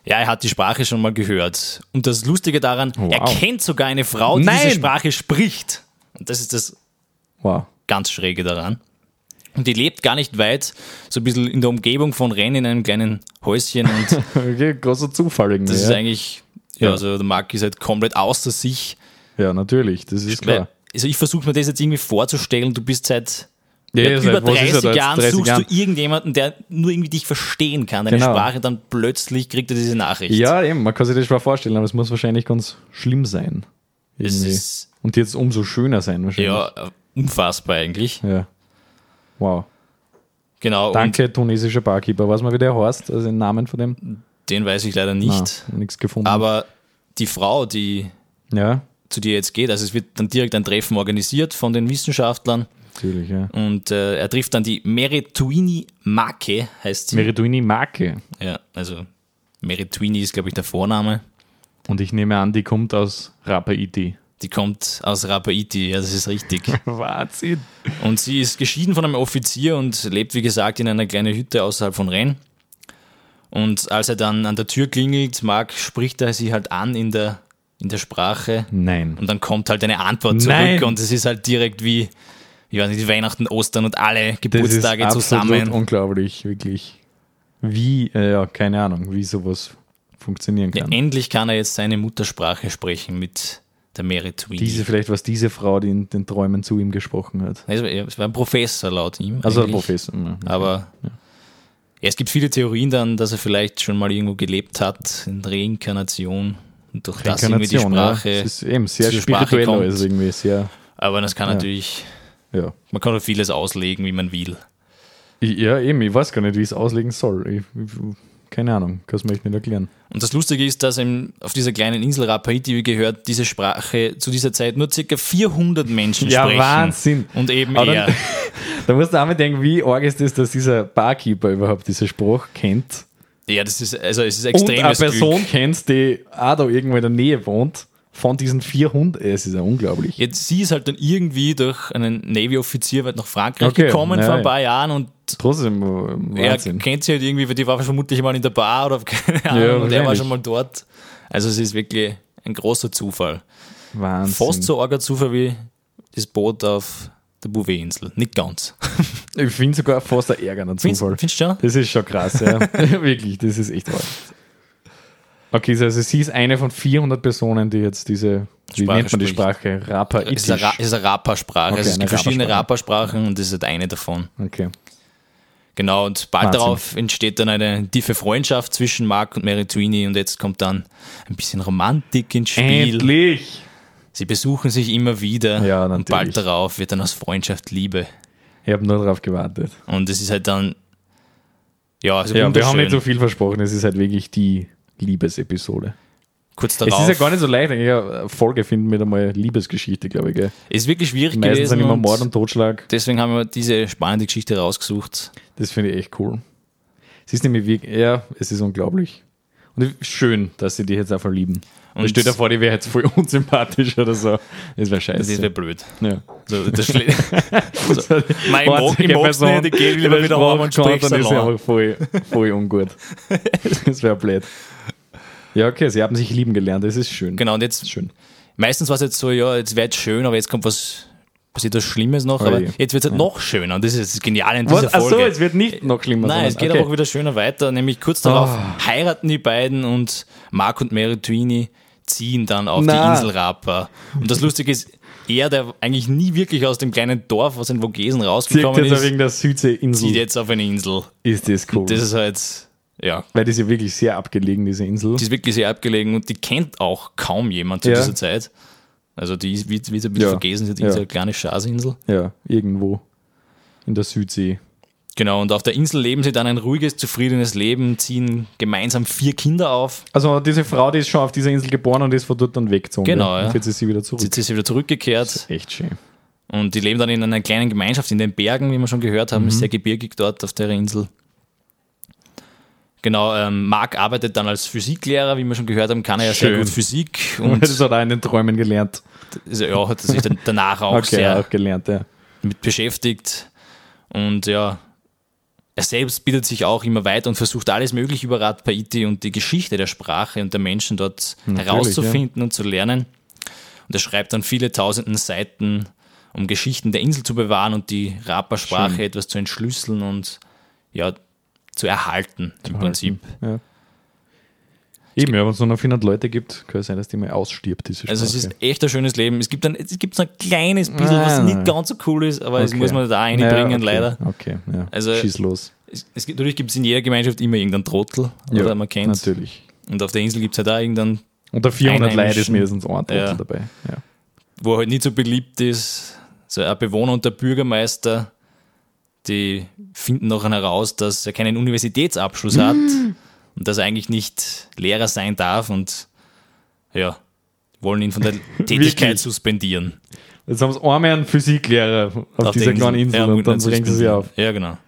Speaker 1: Ja, er hat die Sprache schon mal gehört. Und das Lustige daran, er
Speaker 2: Wow.
Speaker 1: kennt sogar eine Frau, die
Speaker 2: Nein!
Speaker 1: diese Sprache spricht. Und das ist das
Speaker 2: Wow.
Speaker 1: ganz Schräge daran. Und die lebt gar nicht weit, so ein bisschen in der Umgebung von Rennes in einem kleinen Häuschen und
Speaker 2: Okay, großer Zufall irgendwie.
Speaker 1: Das ist
Speaker 2: ja.
Speaker 1: eigentlich, ja,
Speaker 2: Ja.
Speaker 1: also der Marc ist halt komplett außer sich.
Speaker 2: ja, natürlich, das ist
Speaker 1: Weil,
Speaker 2: klar.
Speaker 1: also ich versuche mir das jetzt irgendwie vorzustellen, du bist seit
Speaker 2: Ja,
Speaker 1: über
Speaker 2: ihr seid- was ist er
Speaker 1: 30
Speaker 2: da jetzt?
Speaker 1: Jahren
Speaker 2: 30
Speaker 1: suchst
Speaker 2: Jahren?
Speaker 1: du irgendjemanden, der nur irgendwie dich verstehen kann, deine
Speaker 2: Genau.
Speaker 1: Sprache, dann plötzlich kriegt er diese Nachricht.
Speaker 2: Ja, eben, man kann sich das schwer vorstellen, aber es muss wahrscheinlich ganz schlimm sein.
Speaker 1: Es
Speaker 2: Irgendwie.
Speaker 1: ist-
Speaker 2: Und jetzt umso schöner sein wahrscheinlich.
Speaker 1: ja, unfassbar eigentlich.
Speaker 2: Ja. Wow.
Speaker 1: Genau,
Speaker 2: Danke, tunesischer Barkeeper. Was mal wieder der heißt, also den Namen von dem?
Speaker 1: und den weiß ich leider nicht.
Speaker 2: Ah, nichts gefunden.
Speaker 1: Aber die Frau, die
Speaker 2: ja,
Speaker 1: zu dir jetzt geht, also es wird dann direkt ein Treffen organisiert von den Wissenschaftlern
Speaker 2: natürlich, ja.
Speaker 1: und äh, er trifft dann die Meretuini Make, heißt sie.
Speaker 2: Meriduini Marke.
Speaker 1: Ja, also Meretwini ist, glaube ich, der Vorname.
Speaker 2: Und ich nehme an, die kommt aus E Rapaidi.
Speaker 1: Die kommt aus Rapaiti, ja, das ist richtig.
Speaker 2: Wahnsinn.
Speaker 1: und sie ist geschieden von einem Offizier und lebt, wie gesagt, in einer kleinen Hütte außerhalb von Rennes. Und als er dann an der Tür klingelt, Marc spricht er sie halt an in der, in der Sprache.
Speaker 2: Nein.
Speaker 1: Und dann kommt halt eine Antwort zurück
Speaker 2: Nein.
Speaker 1: und es ist halt direkt wie, ich weiß nicht, Weihnachten, Ostern und alle
Speaker 2: Das ist
Speaker 1: Geburtstage
Speaker 2: absolut
Speaker 1: zusammen.
Speaker 2: unglaublich, wirklich. Wie, äh, ja, keine Ahnung, wie sowas funktionieren
Speaker 1: Ja,
Speaker 2: kann.
Speaker 1: endlich kann er jetzt seine Muttersprache sprechen mit der Meretwini.
Speaker 2: diese, vielleicht was diese Frau, die in den Träumen zu ihm gesprochen hat.
Speaker 1: Also, er- es war ein Professor laut ihm.
Speaker 2: Also
Speaker 1: eigentlich.
Speaker 2: Professor. ja.
Speaker 1: Aber ja, es gibt viele Theorien dann, dass er vielleicht schon mal irgendwo gelebt hat in Reinkarnation und durch das irgendwie die
Speaker 2: Inkarnation,
Speaker 1: Sprache.
Speaker 2: Ja. Es ist eben sehr
Speaker 1: zur Sprache
Speaker 2: spirituell
Speaker 1: kommt.
Speaker 2: alles irgendwie, sehr,
Speaker 1: Aber das kann natürlich,
Speaker 2: ja.
Speaker 1: man kann doch vieles auslegen, wie man will.
Speaker 2: Ich, ja, eben, ich weiß gar nicht, wie ich es auslegen soll. Ich, ich, keine Ahnung, kann es mir echt nicht erklären.
Speaker 1: Und das Lustige ist, dass eben auf dieser kleinen Insel Rapaiti, wie gehört, diese Sprache zu dieser Zeit nur ca. 400 Menschen sprechen. Und eben
Speaker 2: Aber
Speaker 1: er.
Speaker 2: dann- Da musst du auch mal denken, wie arg ist das, dass dieser Barkeeper überhaupt diesen Spruch kennt.
Speaker 1: Ja, das ist, also es ist
Speaker 2: und eine
Speaker 1: extremes
Speaker 2: Person
Speaker 1: Glück.
Speaker 2: kennst, die auch da irgendwo in der Nähe wohnt, von diesen 400. Es ist ja unglaublich.
Speaker 1: Jetzt, sie ist halt dann irgendwie durch einen Navy-Offizier weit nach Frankreich
Speaker 2: Okay,
Speaker 1: gekommen
Speaker 2: ja,
Speaker 1: vor ein
Speaker 2: ja.
Speaker 1: paar Jahren und
Speaker 2: Trotzdem, äh,
Speaker 1: Er
Speaker 2: Wahnsinn.
Speaker 1: kennt sie halt irgendwie, weil die war vermutlich mal in der Bar oder keine Ahnung und er war
Speaker 2: wahrscheinlich.
Speaker 1: schon mal dort. Also es ist wirklich ein großer Zufall.
Speaker 2: Wahnsinn. Ah,
Speaker 1: Fast so arger Zufall wie das Boot auf der Bouvet-Insel. Nicht ganz.
Speaker 2: Ich finde sogar fast ein ärgernder
Speaker 1: Findest
Speaker 2: Zufall.
Speaker 1: findest du schon?
Speaker 2: Das ist schon krass, ja. Wirklich, das ist echt hart. Okay, so also sie ist eine von 400 Personen, die jetzt diese, wie
Speaker 1: Sprache
Speaker 2: nennt man die
Speaker 1: spricht.
Speaker 2: Sprache? Rapa
Speaker 1: Es ist eine, Ra- es ist eine Rapa-Sprache.
Speaker 2: Okay,
Speaker 1: also es
Speaker 2: eine
Speaker 1: gibt verschiedene
Speaker 2: Rapa-Sprache.
Speaker 1: Rapa-Sprachen und das ist halt eine davon.
Speaker 2: Okay.
Speaker 1: Genau, und bald
Speaker 2: Wahnsinn.
Speaker 1: darauf entsteht dann eine tiefe Freundschaft zwischen Mark und Mary Tweeney und jetzt kommt dann ein bisschen Romantik ins Spiel.
Speaker 2: Endlich!
Speaker 1: Sie besuchen sich immer wieder
Speaker 2: Ja,
Speaker 1: und
Speaker 2: natürlich.
Speaker 1: bald darauf wird dann aus Freundschaft Liebe.
Speaker 2: Ich habe nur darauf gewartet.
Speaker 1: Und es ist halt dann, ja, also
Speaker 2: Ja, wir
Speaker 1: wunderschön.
Speaker 2: haben nicht so viel versprochen, es ist halt wirklich die Liebesepisode.
Speaker 1: kurz
Speaker 2: Es
Speaker 1: darauf.
Speaker 2: ist ja gar nicht so leicht, eigentlich eine Folge finden mit einmal Liebesgeschichte, glaube ich. Gell?
Speaker 1: Ist wirklich schwierig
Speaker 2: Die meisten
Speaker 1: gewesen.
Speaker 2: sind immer
Speaker 1: und
Speaker 2: Mord und Totschlag.
Speaker 1: deswegen haben wir diese spannende Geschichte rausgesucht.
Speaker 2: Das finde ich echt cool. Es ist nämlich wirklich, ja, es ist unglaublich. Und ich- schön, dass sie dich jetzt auch verlieben. Und
Speaker 1: Und-
Speaker 2: stell dir vor, die wäre jetzt voll unsympathisch oder so. Das wäre scheiße.
Speaker 1: Das wäre blöd.
Speaker 2: ja.
Speaker 1: So, das schle-
Speaker 2: so,
Speaker 1: Mein Mo- ich mag's nicht, ich geh lieber wieder heim und sprech's
Speaker 2: Dann ist ja
Speaker 1: allein.
Speaker 2: auch voll, voll ungut. das wäre blöd. Ja, okay, sie haben sich lieben gelernt. Das ist schön.
Speaker 1: genau, und jetzt
Speaker 2: Schön.
Speaker 1: meistens war es jetzt so, ja, jetzt wird schön, aber jetzt kommt was, passiert was Schlimmes noch, aber
Speaker 2: Oje.
Speaker 1: jetzt wird es halt noch schöner und das ist das Geniale in dieser
Speaker 2: Hm. Was? Achso,
Speaker 1: Folge.
Speaker 2: es wird nicht noch schlimmer.
Speaker 1: Nein,
Speaker 2: sondern-
Speaker 1: es geht
Speaker 2: okay. Ah.
Speaker 1: aber auch wieder schöner weiter, nämlich kurz darauf heiraten die beiden und Mark und Mary Tweeney ziehen dann auf die
Speaker 2: Na.
Speaker 1: Insel Rapa. Und das Lustige ist, er, der eigentlich nie wirklich aus dem kleinen Dorf, aus den Vogesen
Speaker 2: Zirkt
Speaker 1: rausgekommen
Speaker 2: jetzt auf
Speaker 1: ist,
Speaker 2: irgendeiner
Speaker 1: zieht
Speaker 2: Südseeinsel.
Speaker 1: jetzt auf eine Insel.
Speaker 2: Ist das cool.
Speaker 1: Das ist halt, ja,
Speaker 2: Weil das ist ja wirklich sehr abgelegen, diese Insel.
Speaker 1: die ist wirklich sehr abgelegen und die kennt auch kaum jemand zu
Speaker 2: Ja.
Speaker 1: dieser Zeit. Also die ist, wird, wird ein bisschen
Speaker 2: Ja.
Speaker 1: vergessen, sie ist
Speaker 2: Ja.
Speaker 1: eine halt kleine Schaseinsel.
Speaker 2: Ja, irgendwo in der Südsee.
Speaker 1: Genau, und auf der Insel leben sie dann ein ruhiges, zufriedenes Leben, ziehen gemeinsam vier Kinder auf.
Speaker 2: Also diese Frau, die ist schon auf dieser Insel geboren und ist von dort dann weggezogen.
Speaker 1: Genau,
Speaker 2: ja.
Speaker 1: ja.
Speaker 2: Und jetzt ist sie wieder zurück.
Speaker 1: Jetzt ist sie wieder zurückgekehrt
Speaker 2: Echt schön.
Speaker 1: und die leben dann in einer kleinen Gemeinschaft in den Bergen, wie wir schon gehört haben,
Speaker 2: Mhm.
Speaker 1: ist sehr gebirgig dort auf der Insel. Genau, ähm, Marc arbeitet dann als Physiklehrer, wie wir schon gehört haben, kann er ja sehr
Speaker 2: Schön.
Speaker 1: gut Physik
Speaker 2: Und
Speaker 1: und
Speaker 2: das hat er in den Träumen gelernt.
Speaker 1: ja, hat er sich dann danach auch
Speaker 2: okay,
Speaker 1: sehr
Speaker 2: auch gelernt, ja.
Speaker 1: mit beschäftigt und ja, er selbst bildet sich auch immer weiter und versucht alles Mögliche über Radpaiti und die Geschichte der Sprache und der Menschen dort herauszufinden und zu lernen. Und er schreibt dann viele tausenden Seiten, um Geschichten der Insel zu bewahren und die Rapa-Sprache
Speaker 2: Schön.
Speaker 1: etwas zu entschlüsseln und ja, zu erhalten im Prinzip.
Speaker 2: Ja. Eben, ja, wenn es nur noch 400 Leute gibt, kann es sein, dass die mal ausstirbt, diese Sprache.
Speaker 1: Also es ist echt ein schönes Leben. Es gibt, ein, es gibt so ein kleines bisschen,
Speaker 2: Nein,
Speaker 1: was nicht
Speaker 2: nein.
Speaker 1: ganz so cool ist, aber das
Speaker 2: Okay.
Speaker 1: muss man da
Speaker 2: Ja,
Speaker 1: einbringen,
Speaker 2: okay.
Speaker 1: leider.
Speaker 2: Okay, ja.
Speaker 1: Also-
Speaker 2: Schieß los.
Speaker 1: Es, es gibt, natürlich gibt es in jeder Gemeinschaft immer irgendeinen Trottel, oder man kennt
Speaker 2: Natürlich.
Speaker 1: Und auf der Insel gibt es halt auch irgendeinen,
Speaker 2: Unter 400 Leute ist
Speaker 1: Einheimischen.
Speaker 2: mindestens ein Trottel
Speaker 1: Ja.
Speaker 2: dabei. Ja.
Speaker 1: wo er halt nicht so beliebt ist, so ein Bewohner und der Bürgermeister, die finden nachher heraus, dass er keinen Universitätsabschluss hat
Speaker 2: Mhm.
Speaker 1: und dass er eigentlich nicht Lehrer sein darf und ja, wollen ihn von der Tätigkeit
Speaker 2: Wirklich?
Speaker 1: suspendieren.
Speaker 2: Jetzt haben sie einmal einen Physiklehrer auf,
Speaker 1: der
Speaker 2: dieser kleinen Insel
Speaker 1: Ja,
Speaker 2: und
Speaker 1: gut,
Speaker 2: dann bringen sie sie
Speaker 1: suspendieren.
Speaker 2: auf.
Speaker 1: Ja, genau.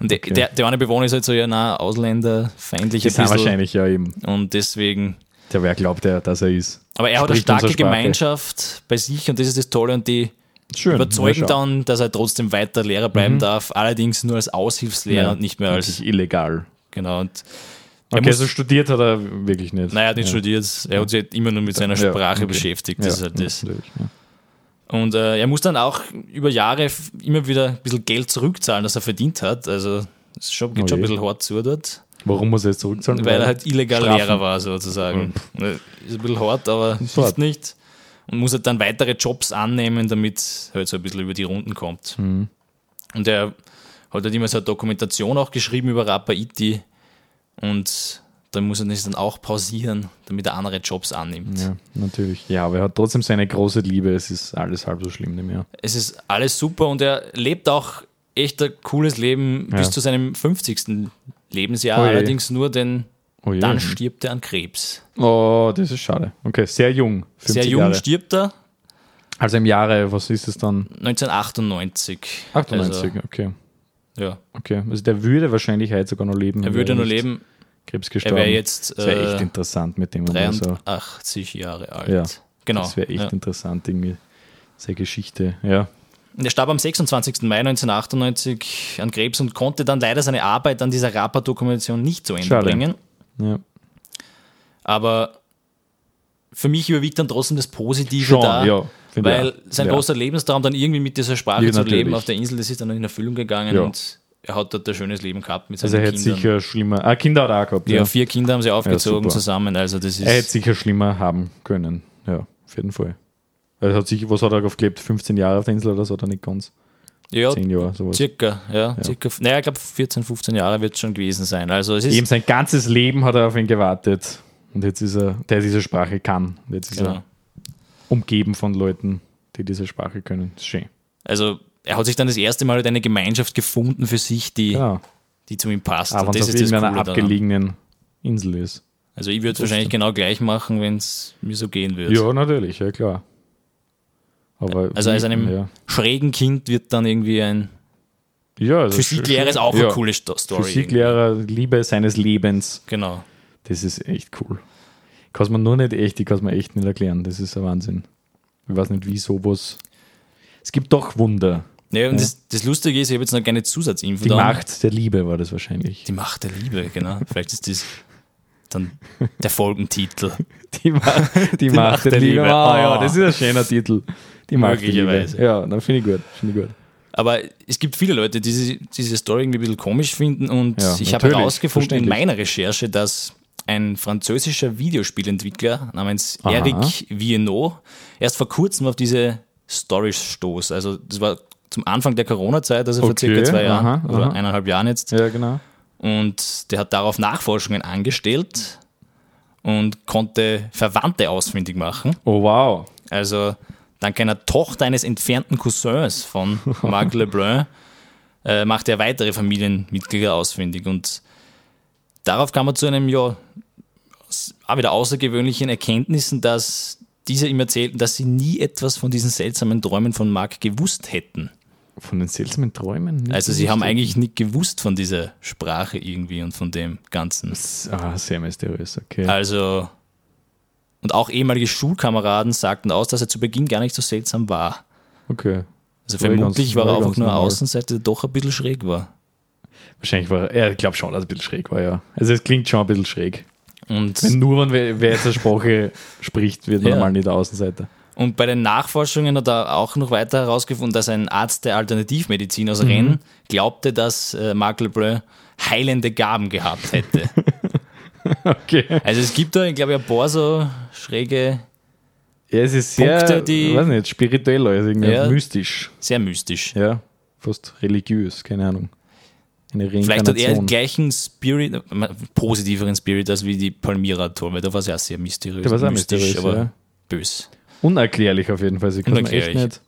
Speaker 1: Und der, der, der eine Bewohner ist halt so, ja, na, Ausländer, feindlich
Speaker 2: Das
Speaker 1: ein
Speaker 2: ist
Speaker 1: bisschen.
Speaker 2: wahrscheinlich, ja, eben.
Speaker 1: Und deswegen
Speaker 2: Der, wer glaubt, der, dass er ist?
Speaker 1: Aber er hat eine
Speaker 2: Spricht
Speaker 1: starke
Speaker 2: unsere Sprache.
Speaker 1: Gemeinschaft bei sich und das ist das Tolle und die
Speaker 2: Schön.
Speaker 1: überzeugen
Speaker 2: Na, schau.
Speaker 1: dann, dass er trotzdem weiter Lehrer bleiben darf, allerdings nur als Aushilfslehrer
Speaker 2: Mhm. Ja,
Speaker 1: und nicht mehr
Speaker 2: wirklich
Speaker 1: als,
Speaker 2: illegal.
Speaker 1: genau, und er
Speaker 2: Okay,
Speaker 1: muss,
Speaker 2: also studiert hat er wirklich nicht.
Speaker 1: naja, er hat nicht
Speaker 2: ja.
Speaker 1: studiert, er hat sich halt immer nur mit seiner
Speaker 2: Ja,
Speaker 1: Sprache
Speaker 2: okay.
Speaker 1: beschäftigt,
Speaker 2: Ja, Mhm.
Speaker 1: das ist halt das.
Speaker 2: natürlich, ja.
Speaker 1: Und äh, er muss dann auch über Jahre f- immer wieder ein bisschen Geld zurückzahlen, das er verdient hat, also es ist schon, geht schon ein
Speaker 2: Oje.
Speaker 1: bisschen hart zu dort,
Speaker 2: Warum muss er jetzt zurückzahlen?
Speaker 1: weil er halt illegal
Speaker 2: Strafen. Hm.
Speaker 1: Lehrer war sozusagen. Ist ein bisschen hart, aber hilft
Speaker 2: hart.
Speaker 1: nicht. Und muss halt dann weitere Jobs annehmen, damit er halt so ein bisschen über die Runden kommt.
Speaker 2: Hm.
Speaker 1: Und er hat halt immer so eine Dokumentation auch geschrieben über Rapa Iti und dann muss er das dann auch pausieren, damit er andere Jobs annimmt.
Speaker 2: Ja, natürlich. Ja, aber er hat trotzdem seine große Liebe. Es ist alles halb so schlimm nicht mehr.
Speaker 1: Es ist alles super und er lebt auch echt ein cooles Leben
Speaker 2: Ja.
Speaker 1: bis zu seinem 50. Lebensjahr,
Speaker 2: Oje.
Speaker 1: allerdings nur, denn
Speaker 2: Oh, je.
Speaker 1: dann stirbt er an Krebs.
Speaker 2: oh, das ist schade. Okay, sehr jung. 50
Speaker 1: Sehr jung
Speaker 2: Jahre.
Speaker 1: stirbt er,
Speaker 2: Also im Jahre, was ist es dann?
Speaker 1: 1998.
Speaker 2: 98, okay.
Speaker 1: Also, ja.
Speaker 2: Okay, also der würde wahrscheinlich heute sogar noch leben.
Speaker 1: Er würde
Speaker 2: noch
Speaker 1: nur leben,
Speaker 2: Krebs
Speaker 1: er
Speaker 2: gestorben.
Speaker 1: wäre jetzt
Speaker 2: das wäre echt
Speaker 1: äh,
Speaker 2: interessant mit dem. oder so.
Speaker 1: 83 Jahre alt.
Speaker 2: Ja.
Speaker 1: Genau.
Speaker 2: Das wäre echt
Speaker 1: ja.
Speaker 2: interessant, irgendwie. Seine Geschichte, ja.
Speaker 1: Und Er starb am 26. Mai 1998 an Krebs und konnte dann leider seine Arbeit an dieser Rapa-Dokumentation nicht zu Ende
Speaker 2: Schade.
Speaker 1: bringen.
Speaker 2: ja.
Speaker 1: Aber für mich überwiegt dann trotzdem das Positive
Speaker 2: Schon,
Speaker 1: da.
Speaker 2: ja. Finde ich
Speaker 1: weil
Speaker 2: auch.
Speaker 1: sein
Speaker 2: Ja.
Speaker 1: großer Lebenstraum dann irgendwie mit dieser Sprache
Speaker 2: Ja,
Speaker 1: zu leben
Speaker 2: natürlich.
Speaker 1: auf der Insel, das ist dann in Erfüllung gegangen
Speaker 2: Ja.
Speaker 1: und er hat dort ein schönes Leben gehabt mit seinen
Speaker 2: Also er hätte
Speaker 1: Kindern.
Speaker 2: sicher schlimmer. Ah, Kinder hat er auch gehabt.
Speaker 1: ja, vier Kinder haben sie aufgezogen
Speaker 2: super.
Speaker 1: zusammen, also das ist
Speaker 2: Er hätte sicher schlimmer haben können. Ja, auf jeden Fall. Er hat sich, was hat er aufgelebt? 15 Jahre auf der Insel oder so, oder nicht ganz?
Speaker 1: ja,
Speaker 2: 10 Jahre, sowas.
Speaker 1: circa, ja, circa, naja, ich glaube 14, 15 Jahre wird es schon gewesen sein. Also es ist
Speaker 2: Eben sein ganzes Leben hat er auf ihn gewartet. Und jetzt ist er, der diese Sprache kann. Und jetzt ist
Speaker 1: genau.
Speaker 2: er umgeben von Leuten, die diese Sprache können. Das ist schön.
Speaker 1: Also er hat sich dann das erste Mal halt eine Gemeinschaft gefunden für sich, die,
Speaker 2: Ja,
Speaker 1: die zu ihm passt.
Speaker 2: aber
Speaker 1: und
Speaker 2: wenn
Speaker 1: Also das
Speaker 2: es auf
Speaker 1: ist das Coole
Speaker 2: irgendeiner
Speaker 1: daran.
Speaker 2: abgelegenen Insel ist.
Speaker 1: Also ich würde es wahrscheinlich genau gleich machen, wenn es mir so gehen würde.
Speaker 2: Ja, natürlich, ja klar. Aber
Speaker 1: Also
Speaker 2: wie-
Speaker 1: aus einem
Speaker 2: ja.
Speaker 1: schrägen Kind wird dann irgendwie ein
Speaker 2: ja, also
Speaker 1: Physiklehrer ist auch
Speaker 2: ja.
Speaker 1: eine coole Sto- Story.
Speaker 2: Physiklehrer, Liebe seines Lebens.
Speaker 1: irgendwie. Genau.
Speaker 2: Das ist echt cool. Kann man nur nicht echt, die kann man echt nicht erklären. Das ist ein Wahnsinn. Ich weiß nicht, wie sowas. Es gibt doch Wunder.
Speaker 1: Naja, und Das, das Lustige ist, ich habe jetzt noch keine Zusatzinfo
Speaker 2: Die
Speaker 1: da.
Speaker 2: Macht der Liebe war das wahrscheinlich.
Speaker 1: Die Macht der Liebe, genau. Vielleicht ist das dann der Folgentitel.
Speaker 2: Die, Ma die Macht der, Liebe. Ah, ja, das ist ein schöner Titel. Die Macht der Liebe.
Speaker 1: Möglicherweise.
Speaker 2: Ja, dann finde ich gut. Finde ich gut.
Speaker 1: Aber es gibt viele Leute, die sie- diese Story irgendwie ein bisschen komisch finden und
Speaker 2: Ja,
Speaker 1: ich habe
Speaker 2: natürlich,
Speaker 1: herausgefunden in
Speaker 2: verständlich.
Speaker 1: meiner Recherche, dass ein französischer Videospielentwickler namens
Speaker 2: Aha.
Speaker 1: Eric Viennot erst vor kurzem auf diese Story stoß. Also das war zum Anfang der Corona-Zeit, also vor
Speaker 2: Okay,
Speaker 1: circa zwei Jahren
Speaker 2: aha,
Speaker 1: oder
Speaker 2: aha.
Speaker 1: eineinhalb Jahren jetzt.
Speaker 2: Ja, genau.
Speaker 1: Und der hat darauf Nachforschungen angestellt und konnte Verwandte ausfindig machen.
Speaker 2: Oh, wow.
Speaker 1: Also dank einer Tochter eines entfernten Cousins von Marc Lebrun äh, machte er weitere Familienmitglieder ausfindig. Und darauf kam er zu einem ja s- auch wieder außergewöhnlichen Erkenntnissen, dass diese ihm erzählten, dass sie nie etwas von diesen seltsamen Träumen von Marc gewusst hätten.
Speaker 2: Von den seltsamen Träumen. nicht
Speaker 1: Also sie haben
Speaker 2: gewusst.
Speaker 1: eigentlich nicht gewusst von dieser Sprache irgendwie und von dem Ganzen.
Speaker 2: Ah, sehr mysteriös, okay.
Speaker 1: Also, und auch ehemalige Schulkameraden sagten aus, dass er zu Beginn gar nicht so seltsam war.
Speaker 2: Okay.
Speaker 1: Also
Speaker 2: War ja
Speaker 1: vermutlich
Speaker 2: ganz-
Speaker 1: war
Speaker 2: war
Speaker 1: er
Speaker 2: ja
Speaker 1: auch
Speaker 2: ganz
Speaker 1: nur ein
Speaker 2: normal.
Speaker 1: Außenseiter, der doch ein bisschen schräg war.
Speaker 2: Wahrscheinlich war er, ich glaube schon, dass es ein bisschen schräg war, ja. Also es klingt schon ein bisschen schräg.
Speaker 1: Und,
Speaker 2: Wenn nur, wenn wer, wer jetzt eine Sprache spricht, wird man
Speaker 1: Ja.
Speaker 2: mal nicht der Außenseiter.
Speaker 1: und bei den Nachforschungen hat er auch noch weiter herausgefunden, dass ein Arzt der Alternativmedizin aus
Speaker 2: Mhm.
Speaker 1: Rennes glaubte, dass äh, Marc Lebleu heilende Gaben gehabt hätte.
Speaker 2: Okay.
Speaker 1: also es gibt da, glaube ich, ein paar so schräge,
Speaker 2: Ja, es ist sehr,
Speaker 1: Punkte, die-
Speaker 2: weiß nicht, spirituell, also irgendwie
Speaker 1: Ja.
Speaker 2: mystisch,
Speaker 1: sehr mystisch.
Speaker 2: ja, fast religiös, keine Ahnung. Eine
Speaker 1: Vielleicht hat er den
Speaker 2: Reinkarnation.
Speaker 1: gleichen Spirit, äh, positiveren Spirit als wie die Palmyra-Tor, weil da war es ja sehr mysteriös.
Speaker 2: Der war sehr
Speaker 1: und mystisch,
Speaker 2: mysteriös,
Speaker 1: aber
Speaker 2: ja.
Speaker 1: bös.
Speaker 2: Unerklärlich auf jeden Fall, sie kann man echt
Speaker 1: Unerklärlich.
Speaker 2: nicht.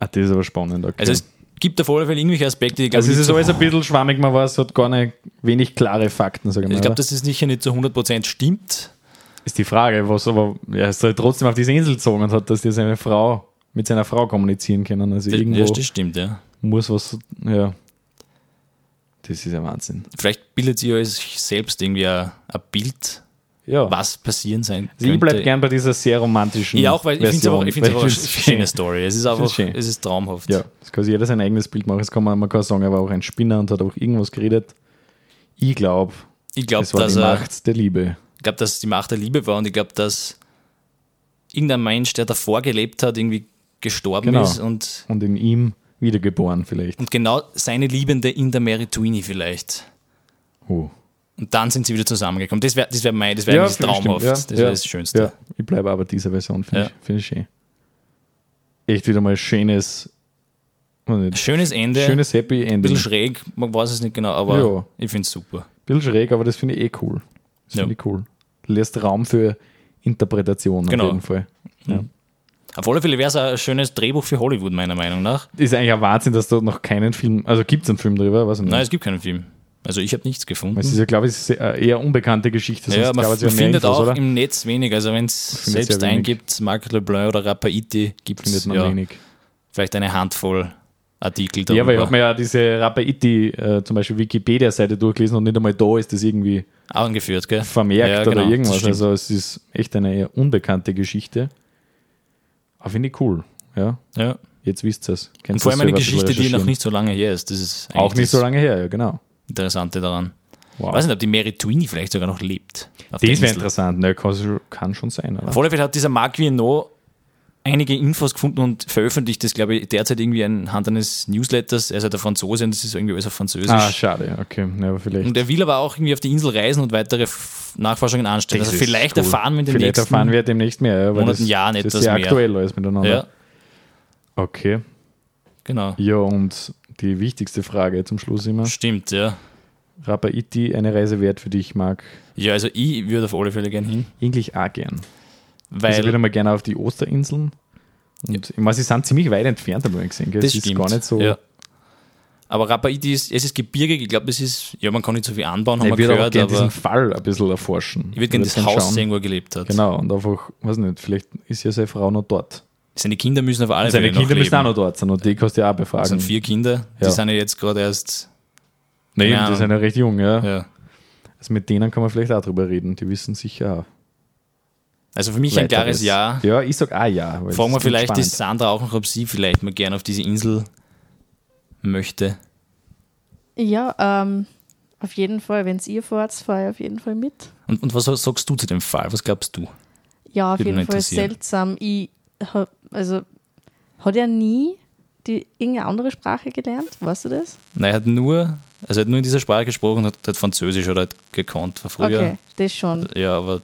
Speaker 2: Ah, das ist aber spannend, okay.
Speaker 1: Also
Speaker 2: Also,
Speaker 1: es gibt auf alle Fälle irgendwelche Aspekte, die, glaub
Speaker 2: es
Speaker 1: ich,
Speaker 2: ist
Speaker 1: nicht so,
Speaker 2: alles ein bisschen schwammig, man weiß, hat gar nicht wenig klare Fakten, sage ich mal.
Speaker 1: Also ich glaube,
Speaker 2: oder?
Speaker 1: dass es nicht, nicht zu 100% stimmt.
Speaker 2: ist die Frage, was aber, er ist halt trotzdem auf diese Insel gezogen und hat, dass die seine Frau, mit seiner Frau kommunizieren können, also
Speaker 1: Ja,
Speaker 2: irgendwo
Speaker 1: das stimmt, ja.
Speaker 2: muss was, ja. Das ist ja Wahnsinn.
Speaker 1: Vielleicht bildet ihr euch selbst irgendwie ein, ein Bild,
Speaker 2: Ja.
Speaker 1: was passieren sein
Speaker 2: Also
Speaker 1: könnte.
Speaker 2: ich bleibe gern bei dieser sehr romantischen.
Speaker 1: Ja, auch, weil ich finde es aber, ich find's
Speaker 2: Version,
Speaker 1: aber
Speaker 2: weil
Speaker 1: eine
Speaker 2: ich find's schön.
Speaker 1: schöne Story. Es ist einfach,
Speaker 2: schön.
Speaker 1: es ist traumhaft.
Speaker 2: Ja, es kann sich jeder sein eigenes Bild machen. Es kann man, man kann sagen, er war auch ein Spinner und hat auch irgendwas geredet. Ich glaube,
Speaker 1: Ich glaube,
Speaker 2: es war
Speaker 1: dass
Speaker 2: die
Speaker 1: er,
Speaker 2: Macht der Liebe.
Speaker 1: ich glaube, dass es die Macht der Liebe war und ich glaube, dass irgendein Mensch, der davor gelebt hat, irgendwie gestorben
Speaker 2: Genau.
Speaker 1: ist und,
Speaker 2: Und in ihm wiedergeboren vielleicht.
Speaker 1: und genau seine Liebende in der Meritwini vielleicht.
Speaker 2: Oh.
Speaker 1: Und dann sind sie wieder zusammengekommen. Das wäre das wär mein, das wär eigentlich
Speaker 2: stimmt,
Speaker 1: traumhaft.
Speaker 2: ja,
Speaker 1: das wäre
Speaker 2: ja,
Speaker 1: das Schönste.
Speaker 2: Ja. Ich bleibe aber dieser Version, finde
Speaker 1: Ja.
Speaker 2: ich, find ich schön. Echt wieder mal schönes, weiß
Speaker 1: Ein
Speaker 2: nicht,
Speaker 1: Schönes Ende, ein
Speaker 2: schönes Happy Ending.
Speaker 1: bisschen schräg, man weiß es nicht genau, aber
Speaker 2: Ja.
Speaker 1: ich finde es super.
Speaker 2: bisschen schräg, aber das finde ich eh cool. Das
Speaker 1: Ja.
Speaker 2: finde ich cool. Lässt Raum für Interpretation
Speaker 1: Genau.
Speaker 2: auf jeden Fall.
Speaker 1: Auf alle Fälle wäre es ein schönes Drehbuch für Hollywood, meiner Meinung nach.
Speaker 2: Ist eigentlich ein Wahnsinn, dass da noch keinen Film, also gibt es einen Film drüber, weiß ich nicht.
Speaker 1: Nein, es gibt keinen Film. Also ich habe nichts gefunden.
Speaker 2: Mhm. es ist ja, glaube ich, sehr- eine eher unbekannte Geschichte.
Speaker 1: ja, man,
Speaker 2: gab
Speaker 1: man
Speaker 2: es mehr
Speaker 1: findet
Speaker 2: Infos,
Speaker 1: auch
Speaker 2: oder?
Speaker 1: im Netz wenig. Also wenn es
Speaker 2: Findet
Speaker 1: selbst
Speaker 2: sehr wenig.
Speaker 1: eingibt, Marc Leblanc oder Rapaiti, gibt
Speaker 2: findet
Speaker 1: es
Speaker 2: man
Speaker 1: ja,
Speaker 2: wenig.
Speaker 1: vielleicht eine Handvoll Artikel
Speaker 2: Ja,
Speaker 1: darüber.
Speaker 2: aber ich habe mir ja diese Rapaiti äh, zum Beispiel Wikipedia-Seite durchgelesen und nicht einmal da ist das irgendwie
Speaker 1: auch angeführt, gell?
Speaker 2: vermerkt
Speaker 1: Ja,
Speaker 2: oder
Speaker 1: genau, das
Speaker 2: irgendwas.
Speaker 1: stimmt.
Speaker 2: Also es ist echt eine eher unbekannte Geschichte. Aber finde ich cool. Ja,
Speaker 1: Ja.
Speaker 2: jetzt wisst ihr es.
Speaker 1: Und vor allem eine Geschichte, die noch nicht so lange her ist. Das ist
Speaker 2: Auch
Speaker 1: eigentlich
Speaker 2: nicht so
Speaker 1: das
Speaker 2: lange her, ja genau.
Speaker 1: Interessante daran.
Speaker 2: Wow.
Speaker 1: Ich weiß nicht, ob die Mary Twini vielleicht sogar noch lebt. auf der
Speaker 2: das wäre
Speaker 1: Insel.
Speaker 2: interessant. Ne? Kann, kann schon sein. Oder?
Speaker 1: Auf alle Fälle hat dieser Marc Viennot einige Infos gefunden und veröffentlicht das, glaube ich, derzeit irgendwie anhand eines Newsletters. Er ist halt der Franzose und das ist irgendwie alles auf Französisch.
Speaker 2: Ah, schade, okay. Ja, aber vielleicht.
Speaker 1: und er will aber auch irgendwie auf die Insel reisen und weitere F- Nachforschungen anstellen.
Speaker 2: Das
Speaker 1: also
Speaker 2: ist
Speaker 1: vielleicht
Speaker 2: cool.
Speaker 1: erfahren wir in den
Speaker 2: Vielleicht
Speaker 1: nächsten
Speaker 2: erfahren wir demnächst mehr. ja, weil
Speaker 1: Monaten, Jahren
Speaker 2: das
Speaker 1: etwas
Speaker 2: ist ja
Speaker 1: mehr.
Speaker 2: aktuell alles miteinander.
Speaker 1: Ja,
Speaker 2: Okay.
Speaker 1: genau.
Speaker 2: Ja, und die wichtigste Frage zum Schluss immer.
Speaker 1: Stimmt, ja.
Speaker 2: Rapaiti, eine Reise wert für dich, Marc?
Speaker 1: Ja, also ich würde auf alle Fälle gerne hin.
Speaker 2: Eigentlich auch gern. also ich
Speaker 1: Weil
Speaker 2: würde mal gerne auf die Osterinseln. Und ich meine, sie sind ziemlich weit entfernt, haben wir gesehen. Gell?
Speaker 1: das
Speaker 2: es
Speaker 1: stimmt.
Speaker 2: ist gar nicht so.
Speaker 1: Ja. Aber Rapaidi ist, es ist gebirgig, ich glaube, das ist, ja, man kann nicht so viel anbauen, haben
Speaker 2: Ich
Speaker 1: wir
Speaker 2: würde auch
Speaker 1: gehört,
Speaker 2: gerne
Speaker 1: aber
Speaker 2: diesen Fall ein bisschen erforschen.
Speaker 1: ich würde gerne
Speaker 2: Oder
Speaker 1: das Haus
Speaker 2: schauen.
Speaker 1: sehen, wo er gelebt hat.
Speaker 2: Genau, und einfach, weiß nicht, vielleicht ist ja seine Frau noch dort. Also
Speaker 1: Seine Kinder müssen auf alle
Speaker 2: Seine
Speaker 1: Fälle
Speaker 2: Kinder
Speaker 1: Also noch
Speaker 2: müssen
Speaker 1: leben.
Speaker 2: auch noch dort sein und die kannst du ja auch
Speaker 1: Das
Speaker 2: befragen.
Speaker 1: sind vier Kinder,
Speaker 2: Ja.
Speaker 1: die sind ja jetzt gerade erst,
Speaker 2: Nee,
Speaker 1: Ja.
Speaker 2: die sind ja recht jung, ja.
Speaker 1: Genau. ja.
Speaker 2: Also mit denen kann man vielleicht auch drüber reden, die wissen sicher auch.
Speaker 1: Also für mich ein klares
Speaker 2: Weiteres.
Speaker 1: Ja.
Speaker 2: Ja, ich sag auch ja. weil
Speaker 1: Fragen
Speaker 2: es
Speaker 1: wir
Speaker 2: ist
Speaker 1: vielleicht die
Speaker 2: spannend.
Speaker 1: Sandra auch noch, ob sie vielleicht mal gerne auf diese Insel möchte.
Speaker 3: Ja, ähm, auf jeden Fall, wenn ihr fahrt, fahre ich auf jeden Fall mit.
Speaker 1: Und, und was sagst du zu dem Fall? Was glaubst du?
Speaker 3: Ja, auf
Speaker 1: Würde mich
Speaker 3: jeden Fall
Speaker 1: interessieren.
Speaker 3: seltsam. Ich hab, also, hat er nie die irgendeine andere Sprache gelernt? Weißt du das?
Speaker 1: Nein, er hat nur, also er hat nur in dieser Sprache gesprochen, hat, hat Französisch oder hat gekonnt war früher.
Speaker 3: Okay, das schon.
Speaker 1: Ja, aber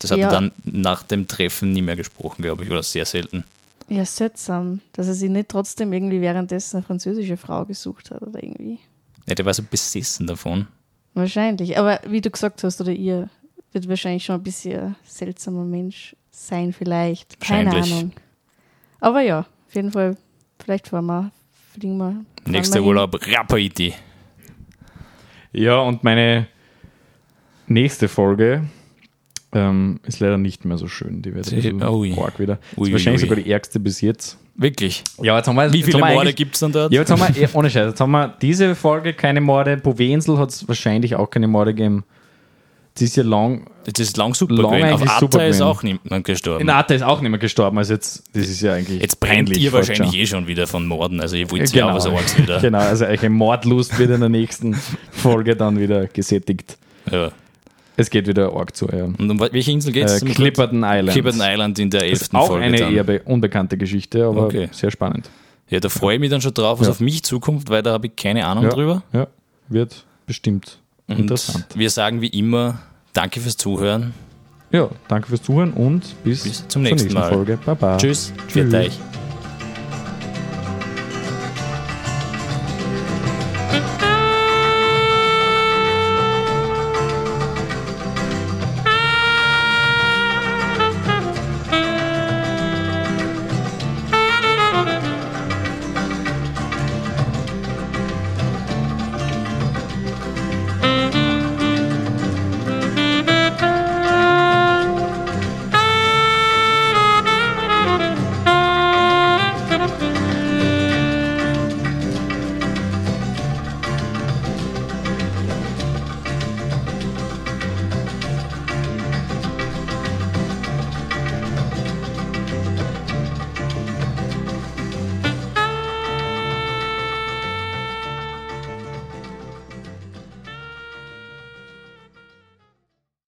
Speaker 1: das hat
Speaker 3: Ja.
Speaker 1: er dann nach dem Treffen nie mehr gesprochen, glaube ich, oder sehr selten.
Speaker 3: Ja, seltsam, dass er sich nicht trotzdem irgendwie währenddessen eine französische Frau gesucht hat oder irgendwie.
Speaker 1: Ja, der war so besessen davon.
Speaker 3: Wahrscheinlich. Aber wie du gesagt hast, oder ihr, wird wahrscheinlich schon ein bisschen ein seltsamer Mensch sein, vielleicht. Keine
Speaker 1: Wahrscheinlich.
Speaker 3: Ahnung. Aber ja, auf jeden Fall, vielleicht fahren wir, fliegen wir. fahren wir
Speaker 1: Nächster
Speaker 3: hin.
Speaker 1: Urlaub, Rapaidi.
Speaker 2: Ja, und meine nächste Folge ähm, ist leider nicht mehr so schön. Die wird ein
Speaker 1: Sie-
Speaker 2: bisschen
Speaker 1: ui.
Speaker 2: arg wieder. Ist
Speaker 1: Ui, ui,
Speaker 2: wahrscheinlich
Speaker 1: ui.
Speaker 2: sogar die ärgste bis jetzt.
Speaker 1: Wirklich.
Speaker 2: Ja, jetzt haben wir
Speaker 3: Äh,
Speaker 1: Wie viele Morde
Speaker 2: gibt
Speaker 1: gibt es denn dort?
Speaker 2: Ja, jetzt haben wir, eh, ohne Scheiß, jetzt haben wir diese Folge keine Morde. Bovensel hat es wahrscheinlich auch keine Morde gegeben. Das ist ja lang.
Speaker 1: Das ist lang super
Speaker 2: Lang
Speaker 1: gewesen. Auf
Speaker 2: eigentlich
Speaker 1: Atta
Speaker 2: super
Speaker 1: ist
Speaker 2: gewesen.
Speaker 1: auch niemand gestorben.
Speaker 2: Na, der ist auch nicht mehr gestorben. Also jetzt, das ist ja eigentlich.
Speaker 1: Jetzt brennt
Speaker 2: peinlich,
Speaker 1: ihr
Speaker 2: fast
Speaker 1: wahrscheinlich
Speaker 2: schon. Äh,
Speaker 1: eh schon wieder von Morden. Also ihr wollt ja auch was Orgs wieder.
Speaker 2: genau, also eure Mordlust wird in der nächsten Folge dann wieder gesättigt.
Speaker 1: Ja.
Speaker 2: Es geht wieder arg zu, ja.
Speaker 1: Und um welche Insel geht
Speaker 2: Äh,
Speaker 1: es?
Speaker 2: Clipperton Island.
Speaker 1: Clipperton Island in der
Speaker 2: Das
Speaker 1: 11.
Speaker 2: ist auch
Speaker 1: Folge.
Speaker 2: eine
Speaker 1: dann.
Speaker 2: eher be- unbekannte Geschichte, aber
Speaker 1: Okay.
Speaker 2: sehr spannend.
Speaker 1: Ja, da freue ich mich dann schon drauf, was
Speaker 2: Ja.
Speaker 1: auf mich zukommt, weil da habe ich keine Ahnung
Speaker 2: Ja.
Speaker 1: drüber.
Speaker 2: Ja, wird bestimmt
Speaker 1: Und
Speaker 2: interessant.
Speaker 1: wir sagen wie immer, danke fürs Zuhören.
Speaker 2: Ja, danke fürs Zuhören und bis,
Speaker 1: Bis zum nächsten Mal.
Speaker 2: Folge. Baba.
Speaker 1: Tschüss,
Speaker 2: Tschüss.
Speaker 1: Tschüss. euch.